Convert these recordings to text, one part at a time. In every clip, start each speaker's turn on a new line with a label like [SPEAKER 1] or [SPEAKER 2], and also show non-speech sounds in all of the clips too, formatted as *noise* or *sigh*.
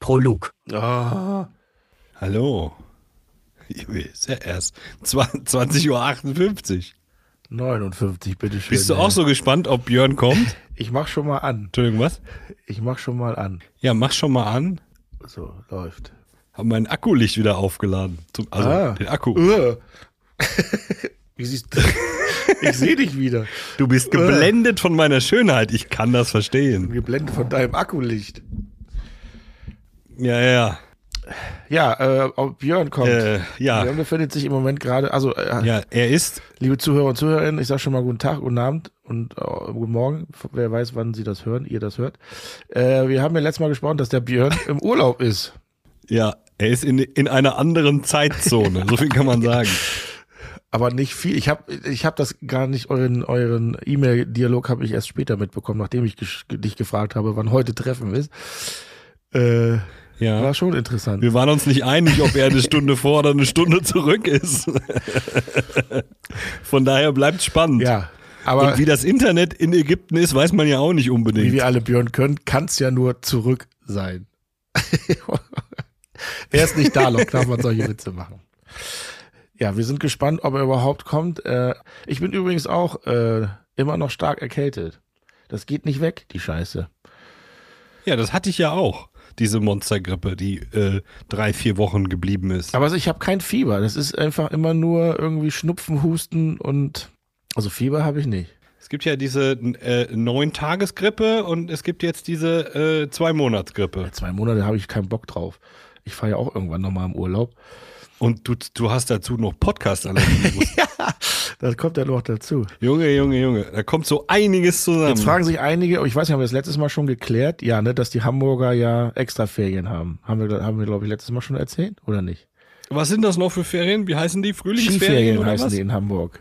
[SPEAKER 1] Prolog.
[SPEAKER 2] Ah, hallo. Ist ja erst 20.58 Uhr.
[SPEAKER 3] 59, bitteschön.
[SPEAKER 2] Bist du auch so gespannt, ob Björn kommt?
[SPEAKER 3] Ich mach schon mal an.
[SPEAKER 2] Entschuldigung, was?
[SPEAKER 3] Ich mach schon mal an.
[SPEAKER 2] Ja, mach schon mal an.
[SPEAKER 3] So, läuft.
[SPEAKER 2] Hab mein Akkulicht wieder aufgeladen. Zum, also
[SPEAKER 3] Ah.
[SPEAKER 2] den Akku.
[SPEAKER 3] Uah. *laughs* Wie siehst du? *laughs* Ich sehe dich wieder.
[SPEAKER 2] Du
[SPEAKER 3] Äh.
[SPEAKER 2] bist geblendet von meiner Schönheit. Ich kann das verstehen.
[SPEAKER 3] Geblendet von deinem Akkulicht.
[SPEAKER 2] Ja, ja.
[SPEAKER 3] Ja, äh, ob Björn kommt.
[SPEAKER 2] Äh, ja.
[SPEAKER 3] Björn befindet sich im Moment gerade, also äh,
[SPEAKER 2] Ja, er ist.
[SPEAKER 3] liebe Zuhörer und Zuhörerinnen, ich sage schon mal guten Tag, guten Abend und äh, guten Morgen. Wer weiß, wann Sie das hören, ihr das hört. Äh, wir haben ja letztes Mal gesprochen, dass der Björn im Urlaub ist.
[SPEAKER 2] Ja, er ist in, in einer anderen Zeitzone. So viel kann man sagen.
[SPEAKER 3] Aber nicht viel. Ich habe ich hab das gar nicht, euren euren E-Mail-Dialog habe ich erst später mitbekommen, nachdem ich gesch- dich gefragt habe, wann heute Treffen ist. Äh,
[SPEAKER 2] Ja.
[SPEAKER 3] War schon interessant.
[SPEAKER 2] Wir waren uns nicht einig, ob er eine Stunde vor oder eine Stunde zurück ist. Von daher bleibt spannend.
[SPEAKER 3] Ja,
[SPEAKER 2] Und
[SPEAKER 3] aber
[SPEAKER 2] wie
[SPEAKER 3] wie,
[SPEAKER 2] das Internet in Ägypten ist, weiß man ja auch nicht unbedingt.
[SPEAKER 3] wir alle Björn können, kann es ja nur zurück sein. *laughs* er ist nicht da, noch darf man solche Witze machen. Ja, wir sind gespannt, ob er überhaupt kommt. Äh, ich bin übrigens auch äh, immer noch stark erkältet. Das geht nicht weg, die Scheiße.
[SPEAKER 2] Ja, das hatte ich ja auch. Diese Monstergrippe, die äh, drei, vier Wochen geblieben ist.
[SPEAKER 3] Aber also ich habe kein Fieber. Das ist einfach immer nur irgendwie Schnupfen, Husten und also Fieber habe ich nicht.
[SPEAKER 2] Es gibt ja diese äh, Neun-Tages-Grippe und es gibt jetzt diese äh, Zwei-Monats-Grippe.
[SPEAKER 3] Zwei Monate habe ich keinen Bock drauf. Ich fahre ja auch irgendwann nochmal im Urlaub.
[SPEAKER 2] Und du, du hast dazu noch
[SPEAKER 3] *laughs*
[SPEAKER 2] podcast -Allergie.
[SPEAKER 3] Das kommt ja noch dazu.
[SPEAKER 2] Junge, Junge, Junge, da kommt so einiges zusammen.
[SPEAKER 3] Jetzt fragen sich einige, oh, ich weiß nicht, haben wir das letztes Mal schon geklärt, ja, ne, dass die Hamburger ja extra Ferien haben. Haben wir, haben wir glaube ich, letztes Mal schon erzählt, oder nicht?
[SPEAKER 2] was sind das noch für Ferien? Wie heißen die? Frühlingsferien
[SPEAKER 3] Skiferien
[SPEAKER 2] oder
[SPEAKER 3] heißen
[SPEAKER 2] was?
[SPEAKER 3] die in Hamburg.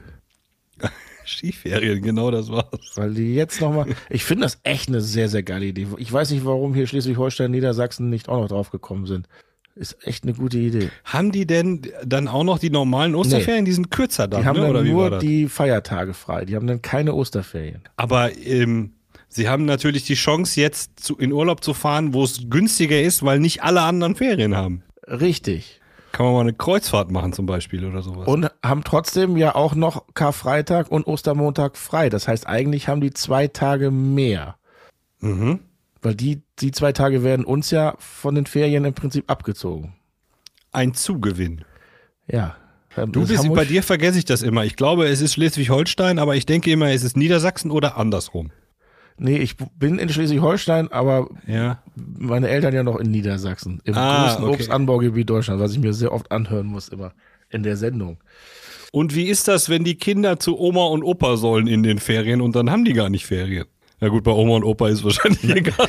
[SPEAKER 2] Skiferien, genau das war's.
[SPEAKER 3] Weil die jetzt nochmal, ich finde das echt eine sehr, sehr geile Idee. Ich weiß nicht, warum hier Schleswig-Holstein, Niedersachsen nicht auch noch drauf gekommen sind. Ist echt eine gute Idee.
[SPEAKER 2] Haben die denn dann auch noch die normalen Osterferien? Die sind kürzer
[SPEAKER 3] Die
[SPEAKER 2] dann,
[SPEAKER 3] haben
[SPEAKER 2] ne?
[SPEAKER 3] dann
[SPEAKER 2] oder wie war
[SPEAKER 3] nur
[SPEAKER 2] das?
[SPEAKER 3] die Feiertage frei. Die haben dann keine Osterferien.
[SPEAKER 2] Aber ähm, sie haben natürlich die Chance, jetzt zu, in Urlaub zu fahren, wo es günstiger ist, weil nicht alle anderen Ferien haben.
[SPEAKER 3] Richtig.
[SPEAKER 2] Kann man mal eine Kreuzfahrt machen zum Beispiel oder sowas.
[SPEAKER 3] Und haben trotzdem ja auch noch Karfreitag und Ostermontag frei. Das heißt, eigentlich haben die zwei Tage mehr.
[SPEAKER 2] mhm.
[SPEAKER 3] Weil die, die zwei Tage werden uns ja von den Ferien im Prinzip abgezogen.
[SPEAKER 2] Ein Zugewinn.
[SPEAKER 3] Ja. Ähm,
[SPEAKER 2] Du bist, bei dir vergesse ich das immer. Ich glaube, es ist Schleswig-Holstein, aber ich denke immer, es ist Niedersachsen oder andersrum.
[SPEAKER 3] Nee, ich bin in Schleswig-Holstein, aber
[SPEAKER 2] Ja.
[SPEAKER 3] meine Eltern ja noch in Niedersachsen. Im
[SPEAKER 2] Ah,
[SPEAKER 3] größten
[SPEAKER 2] okay.
[SPEAKER 3] Obstanbaugebiet Deutschlands, was ich mir sehr oft anhören muss immer in der Sendung.
[SPEAKER 2] Und wie ist das, wenn die Kinder zu Oma und Opa sollen in den Ferien und dann haben die gar nicht Ferien? Na gut, bei Oma und Opa ist wahrscheinlich *laughs* egal.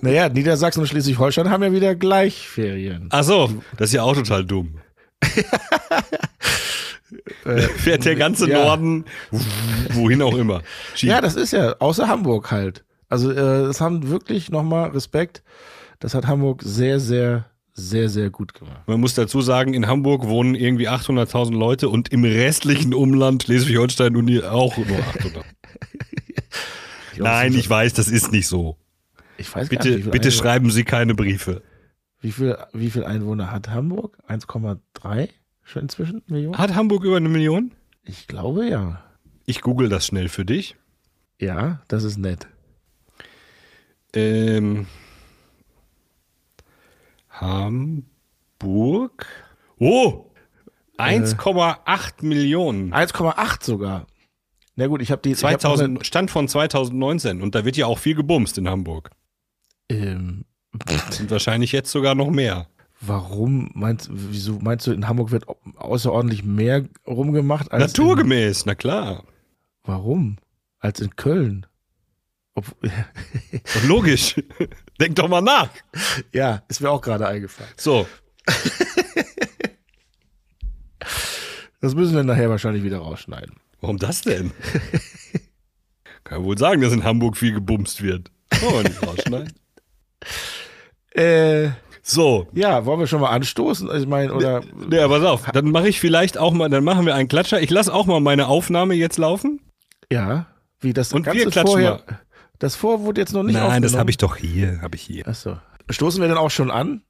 [SPEAKER 3] Naja, Niedersachsen und Schleswig-Holstein haben ja wieder gleich Ferien.
[SPEAKER 2] Ach so, das ist ja auch total *laughs* dumm. Äh, Fährt der ganze
[SPEAKER 3] ja.
[SPEAKER 2] Norden, wohin auch immer. Ski.
[SPEAKER 3] Ja, das ist ja, außer Hamburg halt. Also äh, das haben wirklich nochmal Respekt. Das hat Hamburg sehr, sehr, sehr, sehr gut gemacht.
[SPEAKER 2] Man muss dazu sagen, in Hamburg wohnen irgendwie 800.000 Leute und im restlichen Umland Schleswig-Holstein und hier auch nur 800. Nein, *laughs* ich weiß, das ist nicht so.
[SPEAKER 3] ich weiß gar
[SPEAKER 2] Bitte,
[SPEAKER 3] nicht, wie viel
[SPEAKER 2] bitte
[SPEAKER 3] Einwohner-
[SPEAKER 2] schreiben Sie keine Briefe.
[SPEAKER 3] Wie viel, wie viel Einwohner hat Hamburg? 1,3 schon inzwischen Millionen?
[SPEAKER 2] Hat Hamburg über eine Million?
[SPEAKER 3] Ich glaube ja.
[SPEAKER 2] Ich google das schnell für dich.
[SPEAKER 3] Ja, das ist nett.
[SPEAKER 2] Ähm, Hamburg. Oh! 1,8 Millionen.
[SPEAKER 3] 1,8 sogar. Na gut, ich habe die. ich hab noch
[SPEAKER 2] 2000, Stand von 2019. Und da wird ja auch viel gebumst in Hamburg.
[SPEAKER 3] eine- ähm,
[SPEAKER 2] Und wahrscheinlich jetzt sogar noch mehr.
[SPEAKER 3] warum meinst wieso meinst du, in Hamburg wird au- außerordentlich mehr rumgemacht als. in-
[SPEAKER 2] Naturgemäß, na klar.
[SPEAKER 3] Warum? Als in Köln. Ob,
[SPEAKER 2] Und logisch. *laughs* Denk doch mal nach.
[SPEAKER 3] ja, ist mir auch gerade eingefallen.
[SPEAKER 2] So,
[SPEAKER 3] Das müssen wir nachher wahrscheinlich wieder rausschneiden.
[SPEAKER 2] warum das denn? Kann ja wohl sagen, dass in Hamburg viel gebumst wird. Wollen wir nicht rausschneiden.
[SPEAKER 3] Äh,
[SPEAKER 2] So,
[SPEAKER 3] ja, wollen wir schon mal anstoßen? Ich meine, oder.
[SPEAKER 2] Ja, pass auf, dann mache ich vielleicht auch mal, dann machen wir einen Klatscher. Ich lasse auch mal meine Aufnahme jetzt laufen.
[SPEAKER 3] Ja, wie das
[SPEAKER 2] Und wir
[SPEAKER 3] Ganze
[SPEAKER 2] klatschen
[SPEAKER 3] vorher. Das vor wurde jetzt noch nicht
[SPEAKER 2] Nein, das
[SPEAKER 3] aufgenommen.
[SPEAKER 2] habe ich doch hier, habe ich hier.
[SPEAKER 3] Achso. Stoßen wir denn auch schon an?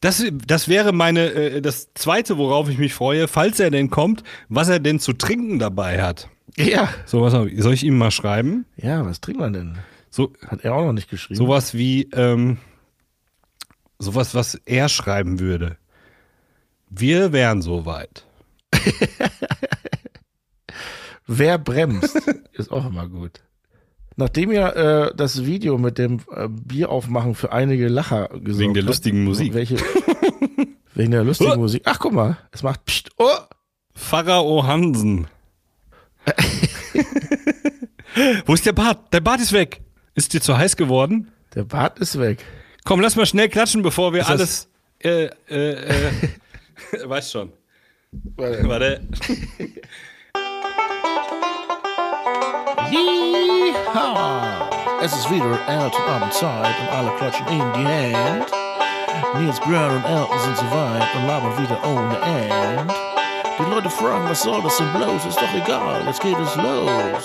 [SPEAKER 2] Das, das wäre meine, äh, das zweite, worauf ich mich freue, falls er denn kommt, was er denn zu trinken dabei hat.
[SPEAKER 3] Ja.
[SPEAKER 2] So, was hab ich- soll ich ihm mal schreiben?
[SPEAKER 3] Ja, was trinkt man denn?
[SPEAKER 2] So,
[SPEAKER 3] Hat er auch noch nicht geschrieben.
[SPEAKER 2] sowas wie, ähm, sowas, was er schreiben würde. Wir wären soweit.
[SPEAKER 3] Wer *laughs* bremst, ist auch immer gut. Nachdem ja äh, das Video mit dem äh, Bieraufmachen für einige Lacher gesorgt
[SPEAKER 2] Wegen der
[SPEAKER 3] hat,
[SPEAKER 2] lustigen Musik. *laughs*
[SPEAKER 3] Welche, wegen der lustigen Musik. Ach, guck mal, es macht Psst, oh,
[SPEAKER 2] Pharao Hansen. Wo ist der Bart? Der Bart ist weg. Ist dir zu heiß geworden?
[SPEAKER 3] der Bart ist weg.
[SPEAKER 2] Komm, lass mal schnell klatschen, bevor wir
[SPEAKER 3] Ist
[SPEAKER 2] alles.
[SPEAKER 3] das-
[SPEAKER 2] Äh, äh, äh. *laughs* weißt schon. Warte.
[SPEAKER 1] Yeehaw! Es ist wieder Elton Abendzeit und alle klatschen in die Hand. Nils Brown und Elton sind soweit und labern wieder ohne End. Die Leute fragen, was soll das denn bloß? Ist doch egal, jetzt geht es los.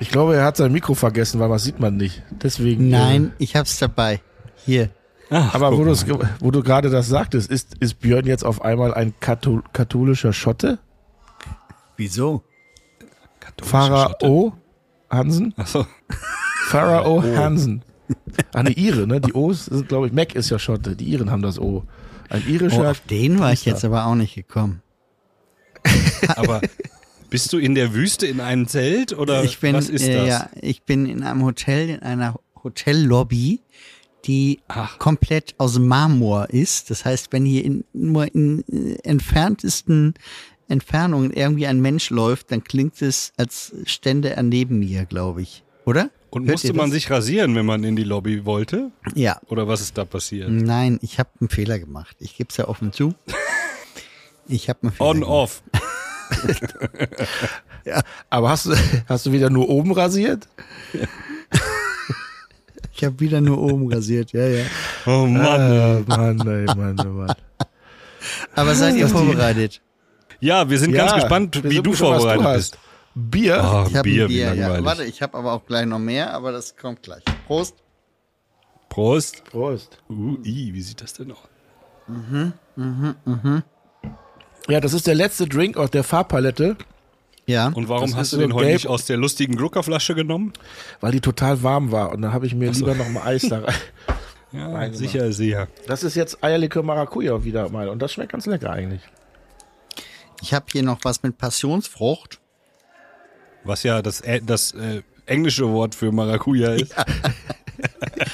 [SPEAKER 3] Ich glaube, er hat sein Mikro vergessen, weil was sieht man nicht. Deswegen.
[SPEAKER 4] Nein, ich hab's dabei. Hier.
[SPEAKER 2] Ach,
[SPEAKER 3] Äh, aber
[SPEAKER 2] guck
[SPEAKER 3] wo,
[SPEAKER 2] mal.
[SPEAKER 3] du's ge- wo du gerade das sagtest, ist, ist Björn jetzt auf einmal ein Kathol katholischer Schotte?
[SPEAKER 4] Wieso?
[SPEAKER 2] Katholischer Schotte.
[SPEAKER 3] Pharao Hansen?
[SPEAKER 2] Ach so.
[SPEAKER 3] Pharao Hansen. Ah, ne, Ire, ne? Die O's sind, glaube ich, Mac ist ja Schotte. Die Iren haben das O. Ein
[SPEAKER 4] Oh,
[SPEAKER 3] irischer.
[SPEAKER 4] auf den war ich jetzt aber auch nicht gekommen.
[SPEAKER 2] Aber bist du in der Wüste in einem Zelt oder
[SPEAKER 4] Ich bin,
[SPEAKER 2] was ist
[SPEAKER 4] äh,
[SPEAKER 2] das?
[SPEAKER 4] Ja, ich bin in einem Hotel, in einer Hotellobby, die
[SPEAKER 2] Ach.
[SPEAKER 4] komplett aus Marmor ist. Das heißt, wenn hier in, nur in äh, entferntesten Entfernungen irgendwie ein Mensch läuft, dann klingt es, als stände er neben mir, glaube ich. Oder?
[SPEAKER 2] Und
[SPEAKER 4] Hört
[SPEAKER 2] musste
[SPEAKER 4] ihr
[SPEAKER 2] man
[SPEAKER 4] das?
[SPEAKER 2] sich rasieren, wenn man in die Lobby wollte?
[SPEAKER 4] Ja.
[SPEAKER 2] Oder was ist da passiert?
[SPEAKER 4] Nein, ich habe einen Fehler gemacht. Ich gebe es ja
[SPEAKER 2] *laughs*
[SPEAKER 4] offen zu. Ich habe einen Fehler
[SPEAKER 2] On,
[SPEAKER 4] gemacht.
[SPEAKER 2] off.
[SPEAKER 3] Aber hast du, *laughs* hast du wieder nur oben rasiert?
[SPEAKER 4] Ich habe wieder nur oben rasiert, ja, ja.
[SPEAKER 2] Oh Mann.
[SPEAKER 3] Äh, Mann, ey, *laughs* Mann, oh Mann.
[SPEAKER 4] Aber seid ihr vorbereitet?
[SPEAKER 2] Ja, wir sind ganz gespannt,
[SPEAKER 3] wir
[SPEAKER 2] wie
[SPEAKER 3] sind
[SPEAKER 2] du
[SPEAKER 3] gespannt, was
[SPEAKER 2] vorbereitet
[SPEAKER 3] hast.
[SPEAKER 2] bist.
[SPEAKER 3] Bier?
[SPEAKER 2] Ah,
[SPEAKER 4] Ich hab
[SPEAKER 2] Bier,
[SPEAKER 4] ein
[SPEAKER 2] wie
[SPEAKER 4] Bier, Also ja.
[SPEAKER 2] langweilig.
[SPEAKER 4] Warte, ich habe aber auch gleich noch mehr, aber das kommt gleich. Prost.
[SPEAKER 2] Prost.
[SPEAKER 3] Prost.
[SPEAKER 2] Uh, i, wie sieht das denn aus?
[SPEAKER 3] Ja, das ist der letzte Drink aus der Farbpalette,
[SPEAKER 4] Ja.
[SPEAKER 2] Und warum
[SPEAKER 3] Das
[SPEAKER 2] hast
[SPEAKER 3] ist
[SPEAKER 2] du
[SPEAKER 3] so
[SPEAKER 2] den heute
[SPEAKER 3] gelb.
[SPEAKER 2] nicht aus der lustigen Gluckerflasche genommen?
[SPEAKER 3] weil die total warm war. Und dann habe ich mir lieber noch mal Eis da rein.
[SPEAKER 2] Ja,
[SPEAKER 3] Nein,
[SPEAKER 2] sicher, sicher.
[SPEAKER 3] *laughs* Das ist jetzt Eierlikör Maracuja wieder mal. Und das schmeckt ganz lecker eigentlich.
[SPEAKER 4] ich habe hier noch was mit Passionsfrucht.
[SPEAKER 2] Was ja das, äh, das äh, englische Wort für Maracuja ist.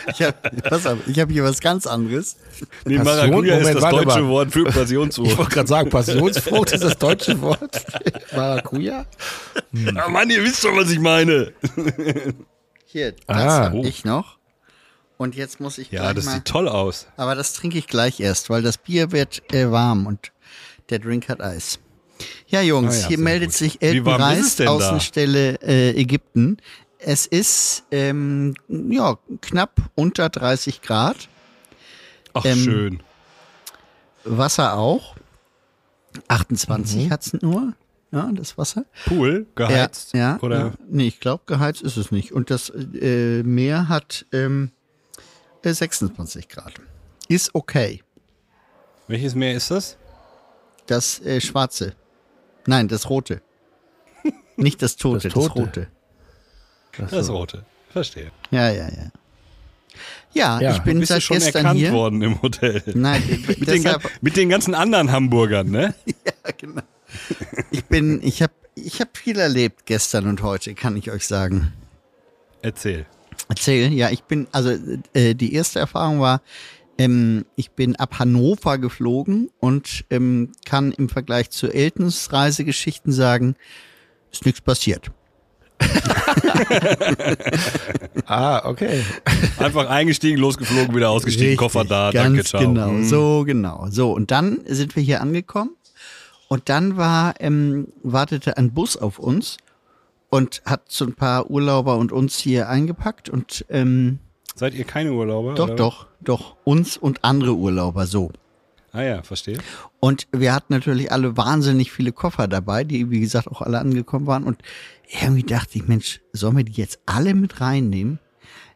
[SPEAKER 4] Ich hab, *laughs* pass auf, ich habe hier was ganz anderes.
[SPEAKER 2] nee,
[SPEAKER 3] Passion-
[SPEAKER 2] Maracuja ist
[SPEAKER 3] Moment,
[SPEAKER 2] das
[SPEAKER 3] warte
[SPEAKER 2] deutsche
[SPEAKER 3] mal.
[SPEAKER 2] Wort für
[SPEAKER 3] Ich
[SPEAKER 2] Passionsfrucht.
[SPEAKER 3] wollte gerade sagen, Passionsfrucht ist das deutsche Wort. Maracuja?
[SPEAKER 2] Ah, Mann, ihr wisst schon, was ich meine.
[SPEAKER 4] Hier, das
[SPEAKER 3] Ah.
[SPEAKER 4] habe ich noch. Und jetzt muss ich
[SPEAKER 2] Ja,
[SPEAKER 4] gleich
[SPEAKER 2] das
[SPEAKER 4] mal.
[SPEAKER 2] sieht toll aus.
[SPEAKER 4] Aber das trinke ich gleich erst, weil das Bier wird äh, warm und der Drink hat Eis. Ja, Jungs,
[SPEAKER 2] Ah ja,
[SPEAKER 4] hier
[SPEAKER 2] sehr
[SPEAKER 4] meldet
[SPEAKER 2] gut.
[SPEAKER 4] sich
[SPEAKER 2] Wie
[SPEAKER 4] Elton
[SPEAKER 2] warm ist es
[SPEAKER 4] Reis,
[SPEAKER 2] denn da?
[SPEAKER 4] Außenstelle äh, Ägypten. Es ist ähm, ja, knapp unter 30 Grad,
[SPEAKER 2] Ach,
[SPEAKER 4] Ähm,
[SPEAKER 2] schön.
[SPEAKER 4] Wasser auch.
[SPEAKER 2] Mhm.
[SPEAKER 4] 28 hat's nur, ja, das Wasser.
[SPEAKER 2] Pool, geheizt.
[SPEAKER 4] Ja, ja,
[SPEAKER 2] Oder
[SPEAKER 4] ja. Nee, ich glaube, geheizt ist es nicht. Und das äh, Meer hat ähm, äh, 26 Grad. Ist okay.
[SPEAKER 2] welches Meer ist das?
[SPEAKER 4] Das äh, schwarze. Nein, das rote.
[SPEAKER 2] *laughs*
[SPEAKER 4] Nicht das tote, das,
[SPEAKER 3] Das Tote.
[SPEAKER 4] rote. Also,
[SPEAKER 2] Das rote. Verstehe.
[SPEAKER 4] Ja, ja, ja. Ja,
[SPEAKER 3] Ja,
[SPEAKER 4] ich bin
[SPEAKER 2] Bist du
[SPEAKER 4] seit
[SPEAKER 2] schon
[SPEAKER 4] gestern
[SPEAKER 2] erkannt
[SPEAKER 4] hier.
[SPEAKER 2] worden im Hotel? *laughs*
[SPEAKER 4] Nein, äh,
[SPEAKER 2] Mit den, gan-
[SPEAKER 4] deshalb,
[SPEAKER 2] mit den ganzen anderen Hamburgern, ne?
[SPEAKER 4] ja, genau. Ich bin, ich habe ich hab viel erlebt gestern und heute, kann ich euch sagen.
[SPEAKER 2] Erzähl.
[SPEAKER 4] Erzählen, ja, ich bin, also äh, die erste Erfahrung war, ähm, ich bin ab Hannover geflogen und ähm, kann im Vergleich zu Eltons Reisegeschichten sagen, ist nichts passiert.
[SPEAKER 3] Ah, okay.
[SPEAKER 2] Einfach eingestiegen, losgeflogen, wieder ausgestiegen,
[SPEAKER 4] Richtig,
[SPEAKER 2] Koffer da,
[SPEAKER 4] ganz
[SPEAKER 2] danke, ciao.
[SPEAKER 4] Genau,
[SPEAKER 2] Hm.
[SPEAKER 4] so genau. So, und dann sind wir hier angekommen und dann war, ähm, wartete ein Bus auf uns und hat so ein paar Urlauber und uns hier eingepackt und ähm,
[SPEAKER 2] Seid ihr keine Urlauber?
[SPEAKER 4] doch,
[SPEAKER 2] oder?
[SPEAKER 4] doch, doch, uns und andere Urlauber so.
[SPEAKER 2] Ah ja, verstehe.
[SPEAKER 4] Und wir hatten natürlich alle wahnsinnig viele Koffer dabei, die, wie gesagt, auch alle angekommen waren. Und irgendwie dachte ich, Mensch, sollen wir die jetzt alle mit reinnehmen?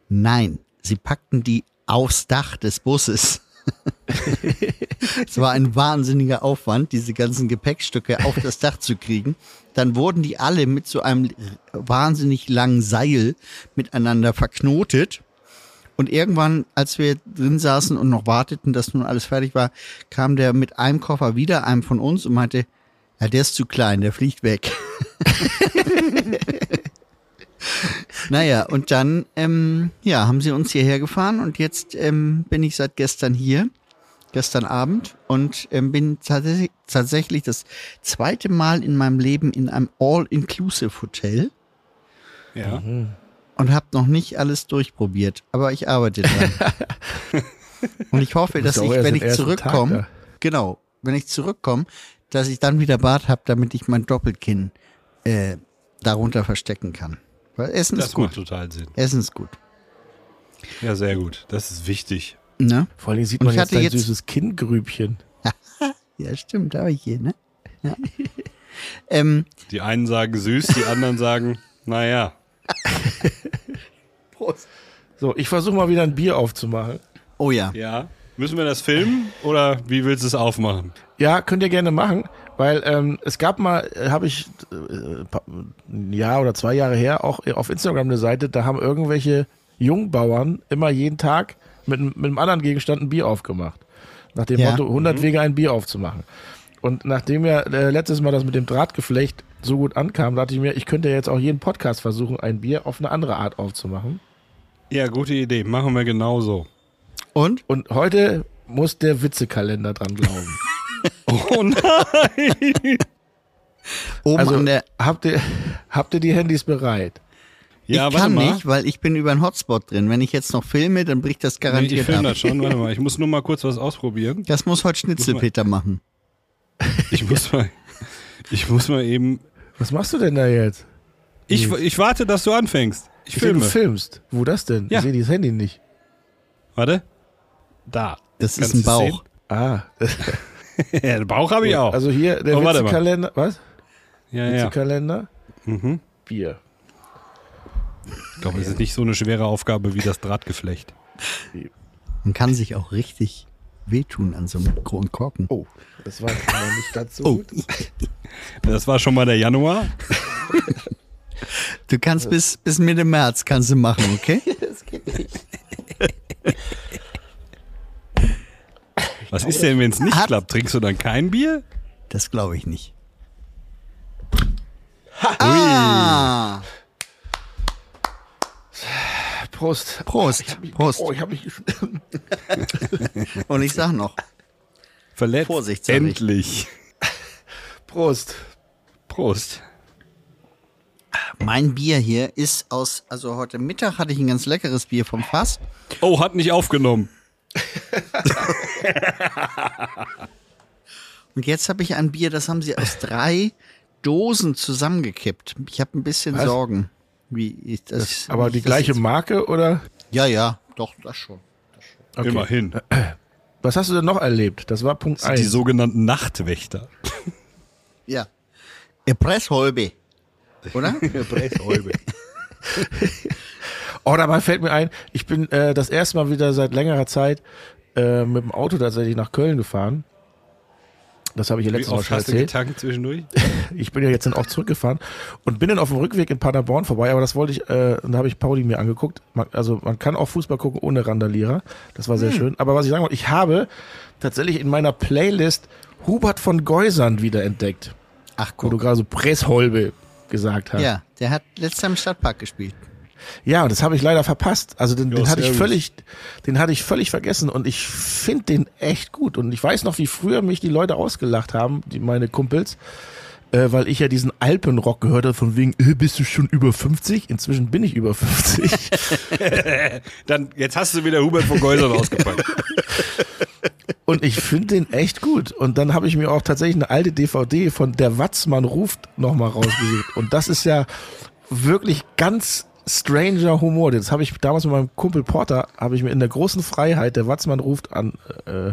[SPEAKER 4] Nein, sie packten die aufs Dach des Busses. *laughs* es war ein wahnsinniger Aufwand, diese ganzen Gepäckstücke auf das Dach zu kriegen. Dann wurden die alle mit so einem wahnsinnig langen Seil miteinander verknotet. Und irgendwann, als wir drin saßen und noch warteten, dass nun alles fertig war, kam der mit einem Koffer wieder, einem von uns, und meinte, ja, der ist zu klein, der fliegt weg. *laughs* naja, und dann, ähm, ja, haben sie uns hierher gefahren und jetzt ähm, bin ich seit gestern hier, gestern Abend, und ähm, bin tats tatsächlich das zweite Mal in meinem Leben in einem All-Inclusive-Hotel
[SPEAKER 2] Ja.
[SPEAKER 4] Mhm, und habe noch nicht alles durchprobiert, aber ich arbeite dran.
[SPEAKER 2] *laughs*
[SPEAKER 4] und ich hoffe, dass
[SPEAKER 3] ja
[SPEAKER 4] ich,
[SPEAKER 3] auch erst
[SPEAKER 4] wenn
[SPEAKER 3] am
[SPEAKER 4] ich
[SPEAKER 3] ersten
[SPEAKER 4] zurückkomme,
[SPEAKER 3] Tag da.
[SPEAKER 4] genau, wenn ich zurückkomme, dass ich dann wieder Bart habe, damit ich mein Doppelkinn äh, darunter verstecken kann. Weil Essen
[SPEAKER 2] Das
[SPEAKER 4] ist gut.
[SPEAKER 2] macht total Sinn.
[SPEAKER 4] Essen ist gut.
[SPEAKER 2] Ja, sehr gut. Das ist wichtig.
[SPEAKER 4] Ne?
[SPEAKER 3] Vor allem sieht
[SPEAKER 4] Und
[SPEAKER 3] man
[SPEAKER 4] ich
[SPEAKER 3] jetzt
[SPEAKER 4] hatte
[SPEAKER 3] dein
[SPEAKER 4] jetzt-
[SPEAKER 3] süßes Kindgrübchen.
[SPEAKER 4] Ja, stimmt, habe ich hier, ne?
[SPEAKER 2] *laughs*
[SPEAKER 4] Ja. ähm,
[SPEAKER 2] Die einen sagen süß, die anderen sagen, *laughs* naja.
[SPEAKER 3] So, ich versuche mal wieder ein Bier aufzumachen.
[SPEAKER 4] oh ja.
[SPEAKER 2] Ja. Müssen wir das filmen oder wie willst du es aufmachen?
[SPEAKER 3] Ja, könnt ihr gerne machen, weil ähm, es gab mal, äh, habe ich äh, pa- ein Jahr oder zwei Jahre her auch auf Instagram eine Seite, da haben irgendwelche Jungbauern immer jeden Tag mit, einem- mit einem anderen Gegenstand ein Bier aufgemacht. Nach dem
[SPEAKER 4] Ja. Mhm.
[SPEAKER 3] Motto 100 Wege ein Bier aufzumachen. Und nachdem ja äh, letztes Mal das mit dem Drahtgeflecht so gut ankam, dachte ich mir, ich könnte jetzt auch jeden Podcast versuchen, ein Bier auf eine andere Art aufzumachen.
[SPEAKER 2] Ja, gute Idee. Machen wir genauso. *laughs*
[SPEAKER 4] Und?
[SPEAKER 3] Und heute muss der Witzekalender dran
[SPEAKER 4] *laughs*
[SPEAKER 3] glauben.
[SPEAKER 2] Oh nein!
[SPEAKER 4] Oben
[SPEAKER 3] also
[SPEAKER 4] an Oh der.
[SPEAKER 3] habt, ihr, habt ihr die Handys bereit?
[SPEAKER 2] Ja,
[SPEAKER 4] ich
[SPEAKER 2] warte
[SPEAKER 4] kann
[SPEAKER 2] mal.
[SPEAKER 4] nicht, weil ich bin über einen Hotspot drin. Wenn ich jetzt noch filme, dann bricht das
[SPEAKER 2] Nee, ich
[SPEAKER 4] garantiert
[SPEAKER 2] filme
[SPEAKER 4] ab.
[SPEAKER 2] das schon. Warte mal, ich muss nur mal kurz was ausprobieren.
[SPEAKER 4] Das muss heute Schnitzelpeter machen.
[SPEAKER 2] Ich
[SPEAKER 4] *laughs*
[SPEAKER 2] muss mal, ich muss mal eben.
[SPEAKER 3] Was machst du denn da jetzt?
[SPEAKER 2] Ich,
[SPEAKER 4] Hm.
[SPEAKER 2] ich warte, dass du anfängst. Ich
[SPEAKER 3] Ich sehe, du
[SPEAKER 2] filme.
[SPEAKER 3] filmst. Wo das denn?
[SPEAKER 2] Ja.
[SPEAKER 3] Ich sehe dieses Handy nicht.
[SPEAKER 2] Warte. Da.
[SPEAKER 4] Das
[SPEAKER 2] Kannst
[SPEAKER 4] ist ein
[SPEAKER 2] du's
[SPEAKER 4] Bauch.
[SPEAKER 3] Ah.
[SPEAKER 2] sehen? Ja, den Bauch habe ich
[SPEAKER 3] *laughs*
[SPEAKER 2] auch.
[SPEAKER 3] Also hier der
[SPEAKER 2] Oh, warte mal.
[SPEAKER 3] Witzekalender. Was?
[SPEAKER 2] ja, ja. Mhm. Ich
[SPEAKER 3] Witzekalender? Bier.
[SPEAKER 2] glaube, das ist nicht so eine schwere Aufgabe wie das Drahtgeflecht.
[SPEAKER 4] Man kann sich auch richtig wehtun an so einem großen Korken.
[SPEAKER 3] Oh, das war noch nicht ganz so
[SPEAKER 2] Oh.
[SPEAKER 3] gut.
[SPEAKER 2] Das war schon mal der Januar.
[SPEAKER 4] Du kannst bis, bis Mitte März kannst du machen,
[SPEAKER 3] *laughs*
[SPEAKER 4] okay?
[SPEAKER 2] Was ist denn, wenn es nicht
[SPEAKER 4] Hat-
[SPEAKER 2] klappt? Trinkst du dann kein Bier?
[SPEAKER 4] Das glaube ich nicht.
[SPEAKER 3] Prost.
[SPEAKER 4] Prost, Prost.
[SPEAKER 3] Oh, ich habe mich geschnitten.
[SPEAKER 4] Und ich sag noch,
[SPEAKER 2] Verletzt.
[SPEAKER 4] Vorsicht, sag ich.
[SPEAKER 2] Endlich.
[SPEAKER 3] *laughs* Prost.
[SPEAKER 2] Prost.
[SPEAKER 4] mein Bier hier ist aus, also heute Mittag hatte ich ein ganz leckeres Bier vom Fass.
[SPEAKER 2] Oh, hat nicht aufgenommen.
[SPEAKER 4] Und jetzt habe ich ein Bier, das haben
[SPEAKER 3] *laughs*
[SPEAKER 4] sie aus drei Dosen zusammengekippt. Ich habe ein bisschen Sorgen. Wie ich das,
[SPEAKER 3] Aber die gleiche
[SPEAKER 4] Marke.
[SPEAKER 3] Marke oder?
[SPEAKER 4] Ja, ja, doch, das schon.
[SPEAKER 3] Okay. Äh,
[SPEAKER 2] Immerhin.
[SPEAKER 3] Was hast du denn noch erlebt? Das war Punkt
[SPEAKER 2] Die
[SPEAKER 3] 1.
[SPEAKER 2] sogenannten Nachtwächter.
[SPEAKER 4] Ja. Pressholbe.
[SPEAKER 3] *laughs*
[SPEAKER 4] Oder?
[SPEAKER 3] Oh, dabei fällt mir ein, ich bin äh, das erste Mal wieder seit längerer Zeit äh, mit dem Auto tatsächlich nach Köln gefahren. Das habe ich ja
[SPEAKER 2] Wie
[SPEAKER 3] letztes Mal
[SPEAKER 2] oft
[SPEAKER 3] schon
[SPEAKER 2] hast du
[SPEAKER 3] erzählt.
[SPEAKER 2] getankt zwischendurch?
[SPEAKER 3] ich bin ja jetzt dann auch zurückgefahren und bin dann auf dem Rückweg in Paderborn vorbei, aber das wollte ich, äh, und da habe ich Pauli mir angeguckt. Man, also man kann auch Fußball gucken ohne Randalierer. Das war sehr
[SPEAKER 4] Hm.
[SPEAKER 3] schön. Aber was ich sagen wollte, ich habe tatsächlich in meiner Playlist Hubert von Geusern wiederentdeckt,
[SPEAKER 4] Ach
[SPEAKER 3] wo du
[SPEAKER 4] guck.
[SPEAKER 3] gerade so Pressholbe gesagt hast.
[SPEAKER 4] Ja, der hat letztes Jahr im Stadtpark gespielt.
[SPEAKER 3] Ja, und das habe ich leider verpasst. Also den,
[SPEAKER 2] Ja,
[SPEAKER 3] den hatte ich
[SPEAKER 2] servus.
[SPEAKER 3] völlig, den hatte ich völlig vergessen und ich finde den echt gut. Und ich weiß noch, wie früher mich die Leute ausgelacht haben, die, meine Kumpels, äh, weil ich ja diesen Alpenrock gehört habe von wegen, äh, bist du schon über 50? Inzwischen bin ich über 50.
[SPEAKER 2] Dann, jetzt hast du wieder Hubert
[SPEAKER 3] *laughs*
[SPEAKER 2] von Geusern ausgepackt.
[SPEAKER 3] und ich finde den echt gut. Und dann habe ich mir auch tatsächlich eine alte DVD von Der Watzmann ruft nochmal rausgesucht. Und das ist ja wirklich ganz stranger Humor. Das habe ich damals mit meinem Kumpel Porter, habe ich mir in der großen Freiheit, der Watzmann ruft an, äh,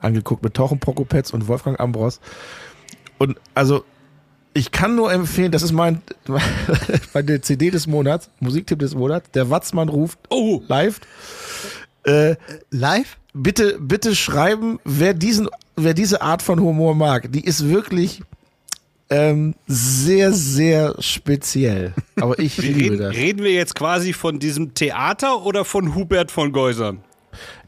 [SPEAKER 3] angeguckt mit Tauchen Prokopetz und Wolfgang Ambros. Und also, ich kann nur empfehlen, das ist mein, *laughs* meine CD des Monats, Musiktipp des Monats, der Watzmann ruft
[SPEAKER 2] Oh,
[SPEAKER 3] live. Äh,
[SPEAKER 4] Live?
[SPEAKER 3] bitte, bitte schreiben, wer diesen, wer diese Art von Humor mag. Die ist wirklich ähm, sehr, sehr speziell. Aber ich liebe
[SPEAKER 2] reden,
[SPEAKER 3] das.
[SPEAKER 2] reden *laughs* wir jetzt quasi von diesem Theater oder von Hubert von Geusern?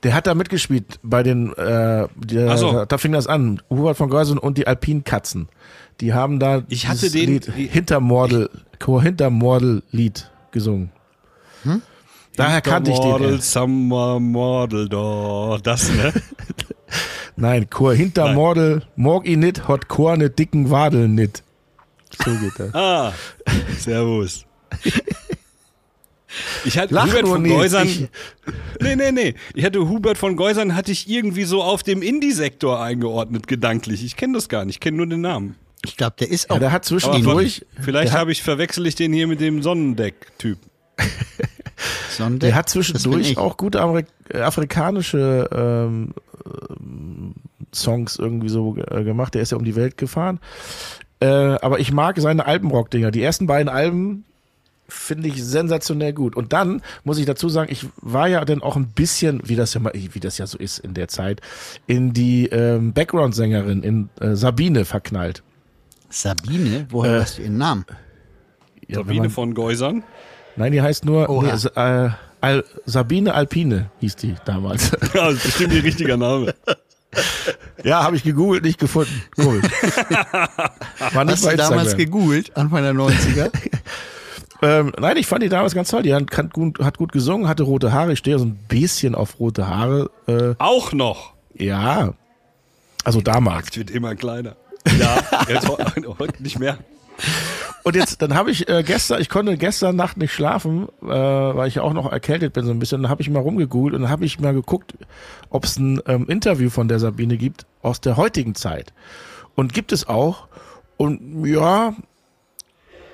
[SPEAKER 3] Der hat da mitgespielt bei den, äh, der,
[SPEAKER 2] Ach so.
[SPEAKER 3] da fing das an. Hubert von Geusen und die Alpinkatzen. Die haben da
[SPEAKER 2] Ich hatte
[SPEAKER 3] dieses
[SPEAKER 2] den-
[SPEAKER 3] Lied,
[SPEAKER 2] die-
[SPEAKER 3] Hintermordel, Chor Hintermordel-Lied gesungen. Daher kannte ich den.
[SPEAKER 2] Model,
[SPEAKER 3] erst.
[SPEAKER 2] Summer Model, da, das, ne?
[SPEAKER 3] Nein, Chor Hintermordel, morg ihn nit, hot Chor ne dicken Wadeln nit. So geht das.
[SPEAKER 2] Ah, *laughs* servus. Ich hatte
[SPEAKER 3] Lach
[SPEAKER 2] Hubert
[SPEAKER 3] nur
[SPEAKER 2] von
[SPEAKER 3] nicht,
[SPEAKER 2] Geusern.
[SPEAKER 3] ich-
[SPEAKER 2] Nee, nee, nee. Ich hatte Hubert von Geusern, hatte ich irgendwie so auf dem Indie-Sektor eingeordnet, gedanklich. Ich kenne das gar nicht, ich kenne nur den Namen.
[SPEAKER 4] Ich glaube, der ist auch.
[SPEAKER 3] Ja, der hat zwischendurch,
[SPEAKER 2] Vielleicht
[SPEAKER 3] der hat-
[SPEAKER 2] habe ich verwechsel ich den hier mit dem Sonnendeck-Typ.
[SPEAKER 4] Sonde.
[SPEAKER 3] Der hat
[SPEAKER 4] Das bin
[SPEAKER 3] zwischendurch
[SPEAKER 4] ich.
[SPEAKER 3] auch gute Amerik äh, afrikanische ähm, ähm, Songs irgendwie so äh, gemacht. Der ist ja um die Welt gefahren. Äh, aber ich mag seine Alpenrock-Dinger. Die ersten beiden Alben finde ich sensationell gut. Und dann muss ich dazu sagen, ich war ja dann auch ein bisschen, wie das ja mal, wie das ja so ist in der Zeit, in die ähm, Background-Sängerin in äh, Sabine verknallt.
[SPEAKER 4] Sabine? Woher
[SPEAKER 3] Äh.
[SPEAKER 4] hast du ihren Namen?
[SPEAKER 3] Ja, wenn
[SPEAKER 2] Sabine
[SPEAKER 3] man,
[SPEAKER 2] von Geusern. *laughs*
[SPEAKER 3] nein, die heißt nur
[SPEAKER 4] Oha.
[SPEAKER 3] nee, S- äh, Al, Sabine Alpine hieß die damals.
[SPEAKER 2] Ja, das ist bestimmt ihr richtiger Name.
[SPEAKER 3] Ja, habe ich gegoogelt, nicht gefunden.
[SPEAKER 4] *laughs*
[SPEAKER 3] Cool. War nicht
[SPEAKER 4] Hast du
[SPEAKER 3] bei
[SPEAKER 4] damals
[SPEAKER 3] Instagram.
[SPEAKER 4] gegoogelt, Anfang der 90er?
[SPEAKER 3] Ähm, nein, ich fand die damals ganz toll. Die hat, kann gut, hat gut gesungen, hatte rote Haare. Ich stehe ja so ein bisschen auf rote Haare. Äh,
[SPEAKER 2] Auch noch.
[SPEAKER 3] ja. Also damals.
[SPEAKER 2] Es wird immer kleiner. Ja, jetzt heu- *laughs* heute nicht mehr.
[SPEAKER 3] Und jetzt, dann habe ich äh, gestern, ich konnte gestern Nacht nicht schlafen, äh, weil ich ja auch noch erkältet bin so ein bisschen. Dann habe ich mal rumgegoogelt und dann habe ich mal geguckt, ob es ein ähm, Interview von der Sabine gibt aus der heutigen Zeit. Und gibt es auch. Und ja,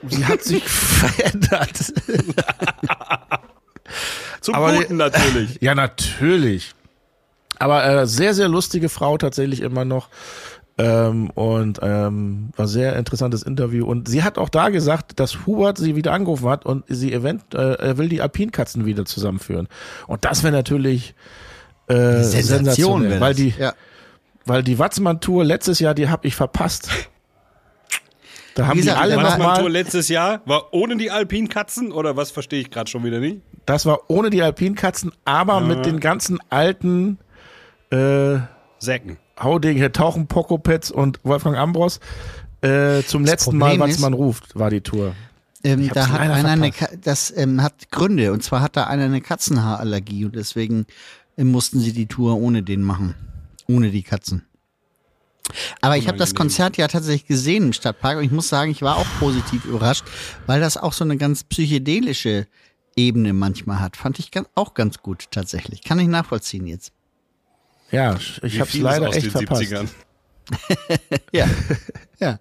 [SPEAKER 3] sie hat sich *laughs* verändert.
[SPEAKER 2] Zum
[SPEAKER 3] Aber-
[SPEAKER 2] Guten natürlich.
[SPEAKER 3] Ja, natürlich. Aber äh, sehr, sehr lustige Frau tatsächlich immer noch. Ähm, und ähm, war sehr interessantes Interview. Und sie hat auch da gesagt, dass Hubert sie wieder angerufen hat und sie event äh, er will die Alpinkatzen wieder zusammenführen. Und das wäre natürlich äh, sensationell,
[SPEAKER 4] wär
[SPEAKER 3] weil
[SPEAKER 4] das.
[SPEAKER 3] die,
[SPEAKER 4] ja.
[SPEAKER 3] weil die Watzmann-Tour letztes Jahr, die habe ich verpasst. Da haben
[SPEAKER 4] Wie
[SPEAKER 3] die
[SPEAKER 4] gesagt,
[SPEAKER 3] alle
[SPEAKER 4] der
[SPEAKER 2] Was man Tour
[SPEAKER 3] nochmal,
[SPEAKER 2] letztes Jahr war ohne die Alpinkatzen oder was verstehe ich gerade schon wieder nicht?
[SPEAKER 3] das war ohne die Alpinkatzen, aber mit den ganzen alten äh,
[SPEAKER 2] Säcken.
[SPEAKER 3] Hauding, Herr Tauchen, Pokopetz und Wolfgang Ambros. Äh, zum letzten Mal,
[SPEAKER 4] Problem
[SPEAKER 3] was
[SPEAKER 4] ist-
[SPEAKER 3] man ruft, war die Tour.
[SPEAKER 4] Ähm,
[SPEAKER 3] hab's
[SPEAKER 4] da hat
[SPEAKER 3] leider
[SPEAKER 4] einer eine, Ka- das ähm, hat Gründe. Und zwar hat da einer eine Katzenhaarallergie und deswegen ähm, mussten sie die Tour ohne den machen. Ohne die Katzen. Aber ich habe das
[SPEAKER 2] Unangenehm.
[SPEAKER 4] Konzert ja tatsächlich gesehen im Stadtpark und ich muss sagen, ich war auch positiv überrascht, weil das auch so eine ganz psychedelische Ebene manchmal hat. Fand ich ganz, auch ganz gut tatsächlich. Kann ich nachvollziehen jetzt.
[SPEAKER 3] Ja, ich
[SPEAKER 2] Wie
[SPEAKER 3] habe es
[SPEAKER 2] viel ist
[SPEAKER 3] leider
[SPEAKER 2] aus
[SPEAKER 3] echt
[SPEAKER 2] den
[SPEAKER 3] verpasst.
[SPEAKER 2] 70ern?
[SPEAKER 4] Ja. *laughs* ja.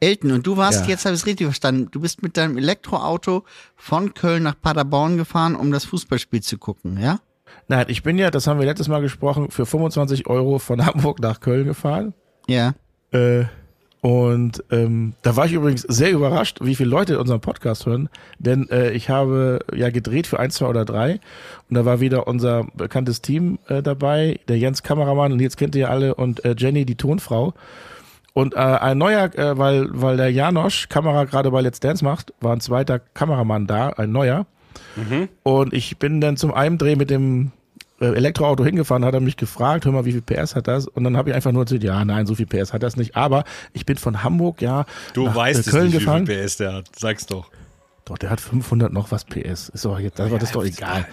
[SPEAKER 4] Elton, und du warst,
[SPEAKER 3] Ja.
[SPEAKER 4] jetzt habe ich es richtig verstanden, du bist mit deinem Elektroauto von Köln nach Paderborn gefahren, um das Fußballspiel zu gucken, ja?
[SPEAKER 3] Nein, ich bin ja, das haben wir letztes Mal gesprochen, für 25 Euro von *laughs* Hamburg nach Köln gefahren.
[SPEAKER 4] Ja.
[SPEAKER 3] Äh, und ähm, da war ich übrigens sehr überrascht, wie viele Leute unseren Podcast hören, denn äh, ich habe ja gedreht für eins, zwei oder drei und da war wieder unser bekanntes Team äh, dabei, der Jens Kameramann, Nils kennt ihr ja alle und äh, Jenny die Tonfrau und äh, ein neuer, äh, weil weil der Janosch Kamera gerade bei Let's Dance macht, war ein zweiter Kameramann da, ein neuer
[SPEAKER 2] Mhm.
[SPEAKER 3] und ich bin dann zum einen Dreh mit dem äh, Elektroauto hingefahren, hat er mich gefragt, hör mal, wie viel PS hat das? Und dann habe ich einfach nur gesagt, ja, nein, so viel PS hat das nicht. Aber ich bin von Hamburg, ja,
[SPEAKER 2] Du
[SPEAKER 3] nach
[SPEAKER 2] weißt
[SPEAKER 3] äh,
[SPEAKER 2] es
[SPEAKER 3] Köln
[SPEAKER 2] nicht,
[SPEAKER 3] gefahren.
[SPEAKER 2] wie viel PS der hat. Sag's doch.
[SPEAKER 3] Doch, der hat 500 noch was PS. Ist doch jetzt, das war das ist doch egal.